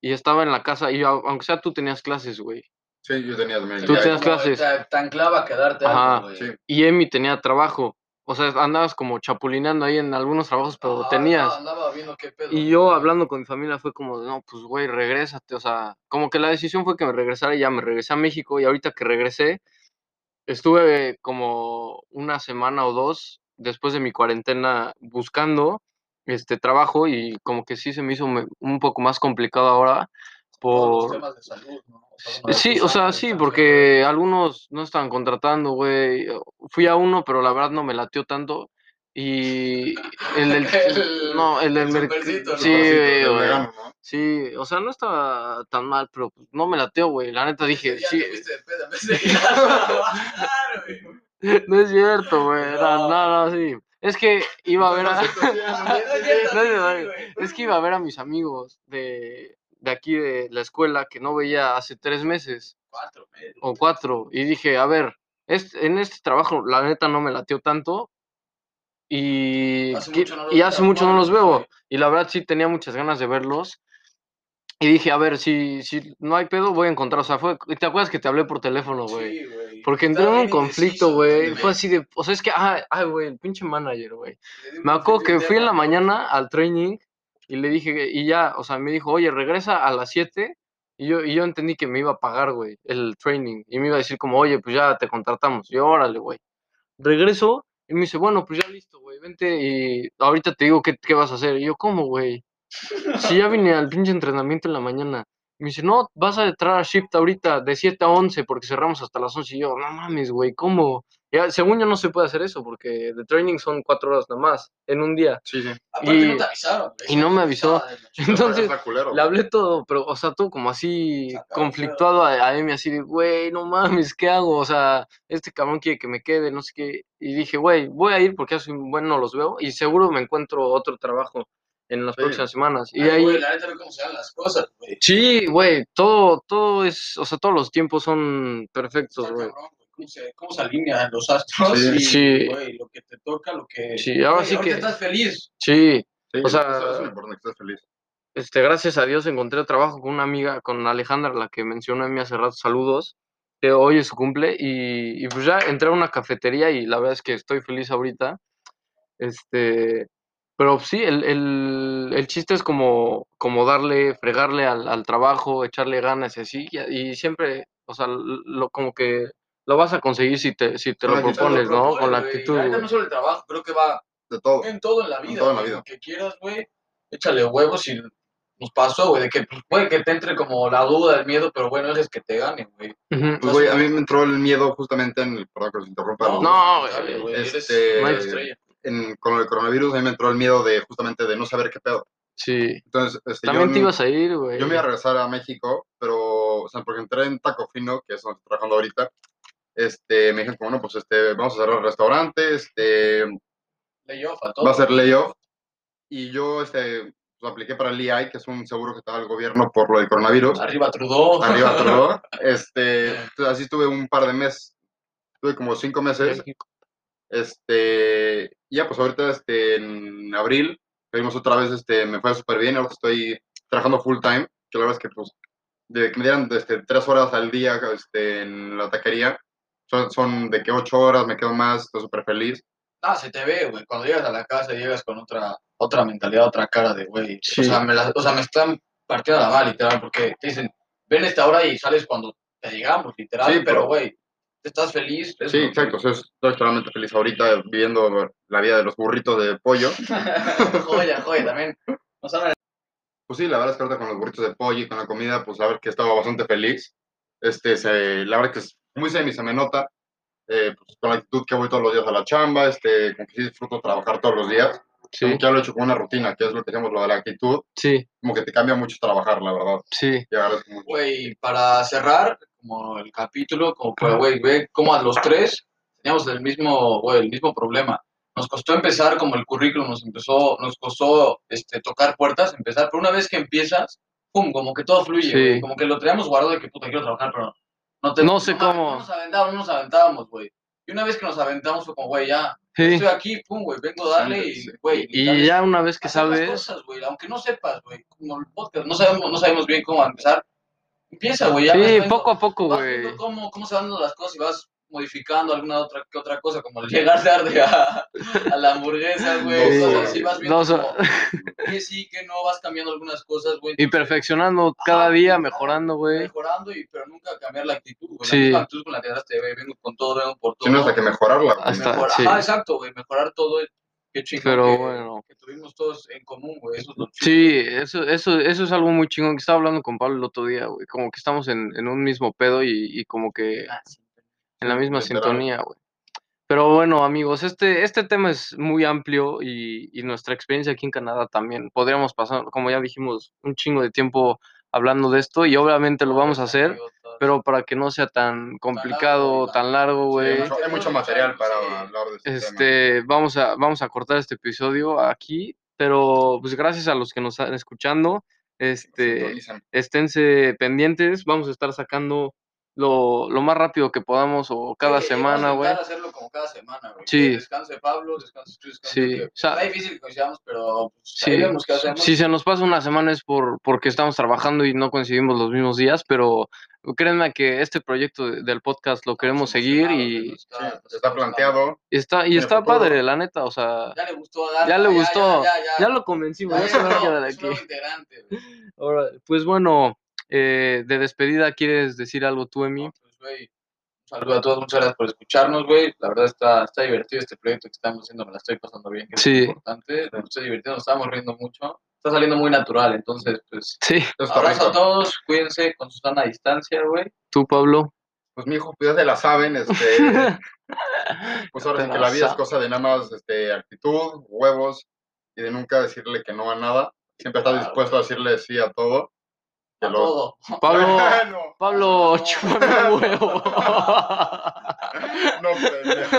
Speaker 1: y estaba en la casa y a- aunque sea tú tenías clases, güey.
Speaker 3: Sí, yo tenía también.
Speaker 1: Tú
Speaker 3: Ya,
Speaker 1: tenías-
Speaker 2: como
Speaker 1: clases.
Speaker 2: ta- Tan clava quedarte
Speaker 1: Ajá.
Speaker 2: algo, Ah, güey.
Speaker 3: Sí.
Speaker 1: Y Emi tenía trabajo. O sea, andabas como chapulineando ahí en algunos trabajos, pero
Speaker 2: Ajá,
Speaker 1: tenías.
Speaker 2: Andaba, andaba viendo qué pedo.
Speaker 1: Y yo hablando con mi familia fue como, de, no, pues güey, regrésate. O sea, como que la decisión fue que me regresara y ya me regresé a México. Y ahorita que regresé, estuve como una semana o dos después de mi cuarentena buscando este trabajo y como que sí se me hizo me- un poco más complicado ahora.
Speaker 2: Todos los
Speaker 1: Por...
Speaker 2: temas de salud, ¿no? O sea,
Speaker 1: Sí,
Speaker 2: bueno, pues,
Speaker 1: Sí,
Speaker 2: tú
Speaker 1: o sea,
Speaker 2: sabes,
Speaker 1: sí,
Speaker 2: ¿no?
Speaker 1: porque algunos no estaban contratando, güey. Fui a uno, pero la verdad no me latió tanto. Y el del...
Speaker 2: El-
Speaker 1: no, el del...
Speaker 2: el
Speaker 1: merc-
Speaker 2: supercito, ¿no?
Speaker 1: Sí,
Speaker 2: El supercito,
Speaker 1: güey,
Speaker 3: el
Speaker 1: güey.
Speaker 3: vegano, ¿no?
Speaker 1: Sí, o sea, no estaba tan mal, pero pues, no me lateó, güey. La neta dije,
Speaker 2: Ya
Speaker 1: sí,
Speaker 2: te fuiste de pedo, en vez de ir a trabajar, güey.
Speaker 1: no es cierto, güey. Era
Speaker 2: No.
Speaker 1: nada, sí. Es que iba a ver a,
Speaker 3: pues,
Speaker 2: Ah, no es cierto,
Speaker 1: No,
Speaker 2: sí,
Speaker 1: no,
Speaker 2: sí,
Speaker 1: no.
Speaker 2: güey.
Speaker 1: es que iba a ver a mis amigos de, de aquí de la escuela que no veía hace tres meses
Speaker 2: Cuatro meses.
Speaker 1: o cuatro. Y dije, a ver, es- en este trabajo la neta no me lateó tanto. Y
Speaker 2: Hace
Speaker 1: que-
Speaker 2: mucho no los
Speaker 1: y hace
Speaker 2: veo,
Speaker 1: mucho no
Speaker 2: ¿no?
Speaker 1: los veo. Y la verdad sí tenía muchas ganas de verlos. Y dije, a ver, si, si no hay pedo, voy a encontrar. O sea, fue, ¿te acuerdas que te hablé por teléfono, güey?
Speaker 2: Sí, güey.
Speaker 1: Porque entré en
Speaker 2: Estaba
Speaker 1: un
Speaker 2: bien indeciso,
Speaker 1: conflicto, güey.
Speaker 2: güey.
Speaker 1: Fue así de. O sea, es que. Ah, ay, güey, el pinche manager, güey.
Speaker 2: Le di un
Speaker 1: Me acuerdo que
Speaker 2: conflicto
Speaker 1: fui en la
Speaker 2: interno.
Speaker 1: mañana al training y le dije. que- Y ya, o sea, me dijo, oye, regresa a las 7. Y yo, y yo entendí que me iba a pagar, güey, el training. Y me iba a decir, como, oye, pues ya te contratamos. Y yo, órale, güey. Regreso y me dice, bueno, pues ya listo, güey, vente y ahorita te digo qué, qué vas a hacer. Y yo, ¿cómo, güey? Si ya vine al pinche entrenamiento en la mañana. Me dice, no, vas a entrar a shift ahorita de 7 a 11 porque cerramos hasta las 11. Y yo, no mames, güey, ¿cómo? Ya, según yo no se puede hacer eso porque de training son 4 horas nada más en un día.
Speaker 3: Sí, sí.
Speaker 2: Aparte
Speaker 1: Y-
Speaker 2: no te avisaron, güey.
Speaker 1: y no me
Speaker 2: Te
Speaker 1: avisó.
Speaker 2: avisaban de la chingada.
Speaker 1: Entonces,
Speaker 3: Está culero,
Speaker 1: Le
Speaker 3: güey.
Speaker 1: hablé todo, pero, o sea, todo como así
Speaker 2: Sacado,
Speaker 1: conflictuado a, a Emi, así de, güey, no mames, ¿qué hago? O sea, este cabrón quiere que me quede, no sé qué. Y dije, güey, voy a ir porque hace un buen no los veo y seguro me encuentro otro trabajo en las
Speaker 3: Sí.
Speaker 1: próximas semanas. Y
Speaker 2: Ay,
Speaker 1: ahí,
Speaker 2: güey, la neta ve cómo se dan las cosas, güey.
Speaker 1: sí, güey, todo, todo es, o sea, todos los tiempos son perfectos,
Speaker 2: Está
Speaker 1: güey.
Speaker 2: cabrón, güey. ¿Cómo se, cómo se alinean los astros?
Speaker 3: Sí.
Speaker 2: y,
Speaker 1: Sí.
Speaker 2: güey, lo que te toca, lo que.
Speaker 1: Sí, ahora
Speaker 2: Güey,
Speaker 1: sí
Speaker 2: ahorita
Speaker 1: que,
Speaker 2: estás feliz.
Speaker 1: sí,
Speaker 3: Sí,
Speaker 1: o sea-
Speaker 3: eso es lo importante, que estés feliz.
Speaker 1: este, gracias a Dios encontré trabajo con una amiga, con Alejandra, la que mencionó a mí hace rato, saludos, que hoy es su cumple, y, y pues ya entré a una cafetería y la verdad es que estoy feliz ahorita. Este, pero sí, el, el- el chiste es como, como darle, fregarle al, al trabajo, echarle ganas y así, y, y siempre, o sea, lo, como que lo vas a conseguir si te, si te
Speaker 3: Con
Speaker 1: lo
Speaker 3: la actitud,
Speaker 1: propones, ¿no? Con la
Speaker 2: güey.
Speaker 1: actitud.
Speaker 2: La neta
Speaker 1: güey.
Speaker 2: no solo el trabajo, creo que va
Speaker 3: De todo.
Speaker 1: eh,
Speaker 2: en todo en la vida.
Speaker 3: todo en la
Speaker 2: güey,
Speaker 3: vida.
Speaker 2: Lo que quieras, güey. Échale huevos y nos pasó, güey. De que, pues, güey, que te entre como la duda, el miedo, pero bueno, es que te gane, güey.
Speaker 1: Ujú.
Speaker 3: Pues, güey, a mí me entró el miedo justamente en el... Perdón que los interrumpa.
Speaker 1: No,
Speaker 2: dale,
Speaker 1: güey,
Speaker 2: eres
Speaker 3: este,
Speaker 2: una estrella.
Speaker 3: en- con el coronavirus a mí me entró el miedo de justamente de no saber qué pedo.
Speaker 1: Sí.
Speaker 3: Entonces, este,
Speaker 1: También
Speaker 3: yo,
Speaker 1: te ibas a ir, güey.
Speaker 3: yo me iba a regresar a México, pero, o sea, porque entré en Taco Fino, que es donde estoy trabajando ahorita, este, me dijeron como, no, pues, este, vamos a cerrar el restaurante, este,
Speaker 2: Layoff a
Speaker 3: va a
Speaker 2: todo.
Speaker 3: ser layoff. Y yo, este, pues, apliqué para el IAI, que es un seguro que te da el gobierno por lo del coronavirus.
Speaker 2: Arriba Trudeau.
Speaker 3: Arriba, todo. Este, entonces, así estuve un par de meses, tuve como cinco meses,
Speaker 1: México.
Speaker 3: Este, y ya pues ahorita este, en abril pedimos otra vez, este, me fue súper bien, ahora estoy trabajando full time, que la verdad es que pues de que me dieran este, tres horas al día este, en la taquería, son, son de que ocho horas, me quedo más, estoy súper feliz.
Speaker 2: Ah, se te ve, güey. Cuando llegas a la casa llegas con otra, otra mentalidad, otra cara de, güey.
Speaker 1: Sí.
Speaker 2: O, sea, me la- o sea, me están partiendo la mano, literal, porque te dicen, ven esta hora y sales cuando te llegamos, literal.
Speaker 3: Sí,
Speaker 2: pero,
Speaker 3: bro.
Speaker 2: güey, estás feliz. es
Speaker 3: Sí,
Speaker 2: lo que-
Speaker 3: exacto. o sea, estoy totalmente feliz ahorita viviendo la vida de los burritos de pollo.
Speaker 2: joya, joya, también. Nos hablan
Speaker 3: Pues sí, la verdad es que ahorita con los burritos de pollo y con la comida, pues la verdad que estaba bastante feliz. Este, se- la verdad que es muy semi, se me nota. eh, pues, con la actitud que voy todos los días a la chamba, este, como que sí disfruto trabajar todos los días.
Speaker 1: Sí,
Speaker 3: Como que ya lo he hecho con una rutina, que es lo que decíamos, lo de la actitud.
Speaker 1: sí,
Speaker 3: Como que te cambia mucho trabajar, la verdad.
Speaker 1: sí.
Speaker 3: Te agradezco mucho.
Speaker 2: Güey, para cerrar como el capítulo, como para, güey, ve cómo a los tres teníamos el mismo, güey, el mismo problema. Nos costó empezar como el currículum, nos empezó, nos costó este, tocar puertas, empezar, pero una vez que empiezas, pum, como que todo fluye,
Speaker 1: Sí.
Speaker 2: güey, como que lo traíamos guardado de que puta quiero trabajar, pero no te...
Speaker 1: No sé
Speaker 2: ma-
Speaker 1: cómo.
Speaker 2: No nos aventábamos, no nos aventábamos, güey. Y una vez que nos aventamos fue como, güey, ya,
Speaker 1: sí.
Speaker 2: estoy aquí, pum, güey, vengo a darle y,
Speaker 3: Sí.
Speaker 2: güey...
Speaker 1: Y ya una vez que
Speaker 2: hacer las
Speaker 1: sabes,
Speaker 2: cosas, güey, aunque no sepas, güey, como el podcast, no sabemos, no sabemos bien cómo empezar. Empieza, güey, ya vas
Speaker 1: sí,
Speaker 2: viendo-
Speaker 1: poco a poco,
Speaker 2: vas
Speaker 1: güey.
Speaker 2: viendo cómo, cómo se van dando las cosas y vas modificando alguna otra que otra cosa, como el llegar tarde a, a la hamburguesa, güey,
Speaker 1: Sí.
Speaker 2: cosas así, vas viendo
Speaker 1: Dos
Speaker 2: como
Speaker 1: horas.
Speaker 2: que sí, que no, vas cambiando algunas cosas, güey,
Speaker 1: Y perfeccionando cada
Speaker 2: Ajá,
Speaker 1: día,
Speaker 2: Ah, claro.
Speaker 1: mejorando, güey.
Speaker 2: mejorando y pero nunca cambiar la actitud, güey,
Speaker 1: Sí.
Speaker 2: la misma actitud con la que entraste, güey, vengo con todo, vengo por todo.
Speaker 3: Si no, hasta que mejorarla. güey.
Speaker 1: Hasta-
Speaker 2: Mejor-
Speaker 1: sí.
Speaker 2: Ajá, exacto, güey, mejorar todo, qué chingón
Speaker 1: Pero
Speaker 2: que-
Speaker 1: bueno.
Speaker 2: que tuvimos todos en común, güey, eso es lo chido.
Speaker 1: Sí, eso, eso, eso es algo muy chingón que estaba hablando con Pablo el otro día, güey. Como que estamos en, en un mismo pedo y, y como que
Speaker 2: Ah, sí.
Speaker 1: en la misma
Speaker 3: literal.
Speaker 1: sintonía, güey. Pero bueno, amigos, este, este tema es muy amplio y, y nuestra experiencia aquí en Canadá también. Podríamos pasar, como ya dijimos, un chingo de tiempo hablando de esto y obviamente lo vamos a hacer, pero para que no sea tan complicado,
Speaker 2: güey,
Speaker 1: tan largo,
Speaker 3: Sí, hay,
Speaker 1: güey.
Speaker 3: mucho, hay mucho material para
Speaker 2: Sí.
Speaker 3: hablar de este, tema.
Speaker 1: Este, vamos a, vamos a cortar este episodio aquí, pero pues gracias a los que nos están escuchando. Este,
Speaker 3: Sintonicen.
Speaker 1: esténse pendientes, vamos a estar sacando lo, lo más rápido que podamos o cada
Speaker 2: Sí,
Speaker 1: semana,
Speaker 2: vamos a
Speaker 1: güey.
Speaker 2: intentar hacerlo como cada semana, güey.
Speaker 1: Sí.
Speaker 2: Que Descanse Pablo, descanse tú, descanse
Speaker 1: Sí,
Speaker 2: tú.
Speaker 1: o sea,
Speaker 2: Está difícil que coincidamos, pero pues,
Speaker 1: Sí.
Speaker 2: ahí vemos qué hacemos.
Speaker 1: Si se nos pasa una semana es por, porque estamos trabajando y no coincidimos los mismos días, pero créanme que este proyecto de- del podcast lo queremos seguir
Speaker 2: Emocionados,
Speaker 1: y
Speaker 2: nos
Speaker 3: Sí,
Speaker 2: nos
Speaker 3: está planteado.
Speaker 1: está, y
Speaker 3: tiene
Speaker 1: está
Speaker 3: futuro.
Speaker 1: padre, la neta, o sea,
Speaker 2: Ya le gustó a Dana,
Speaker 1: Ya le gustó,
Speaker 2: Ya,
Speaker 1: ya lo convencimos,
Speaker 2: ya
Speaker 1: ya se va a
Speaker 2: entró,
Speaker 1: quedar
Speaker 2: es un nuevo
Speaker 1: aquí.
Speaker 2: integrante, güey.
Speaker 1: Órale, Pues bueno, eh, de despedida, ¿quieres decir algo tú, Emi?
Speaker 2: No, pues, güey, un saludo a todos, muchas gracias por escucharnos, güey. La verdad está, está divertido este proyecto que estamos haciendo, me la estoy pasando bien, que es
Speaker 1: Sí.
Speaker 2: lo importante. Me estoy divirtiendo, nos estamos riendo mucho. Está saliendo muy natural, entonces, pues,
Speaker 1: Sí,
Speaker 3: Eso está
Speaker 2: abrazo a
Speaker 3: rico.
Speaker 2: todos, cuídense con su sana distancia, güey.
Speaker 1: tú, Pablo.
Speaker 3: Pues mijo, pues ya se la saben, este, pues ahora sí
Speaker 1: Te
Speaker 3: que
Speaker 1: la
Speaker 3: la vida es
Speaker 1: saben.
Speaker 3: cosa de nada más este, actitud, huevos y de nunca decirle que no a nada. Siempre estar
Speaker 2: Claro.
Speaker 3: dispuesto a decirle sí a todo.
Speaker 2: A
Speaker 3: Que lo-
Speaker 2: todo.
Speaker 1: Pablo,
Speaker 3: no,
Speaker 1: Pablo, chúpame un huevo.
Speaker 3: no, pendejo.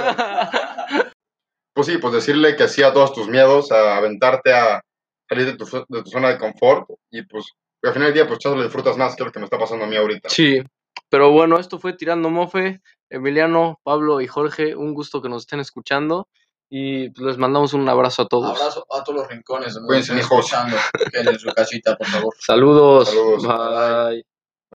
Speaker 3: Pues sí, pues decirle que sí a todos tus miedos, a aventarte a salir de tu, zo- de tu zona de confort y pues al final del día pues chance lo disfrutas más que lo que me está pasando a mí ahorita.
Speaker 1: Sí, pero bueno, esto fue Tirando Mofe. Emiliano, Pablo y Jorge, un gusto que nos estén escuchando y les mandamos un abrazo a todos.
Speaker 2: Abrazo a todos los rincones. donde
Speaker 3: Cuídense,
Speaker 2: nos estén
Speaker 3: mijos.
Speaker 2: escuchando. Quédense en su casita, por favor.
Speaker 1: Saludos.
Speaker 3: Saludos.
Speaker 1: Bye.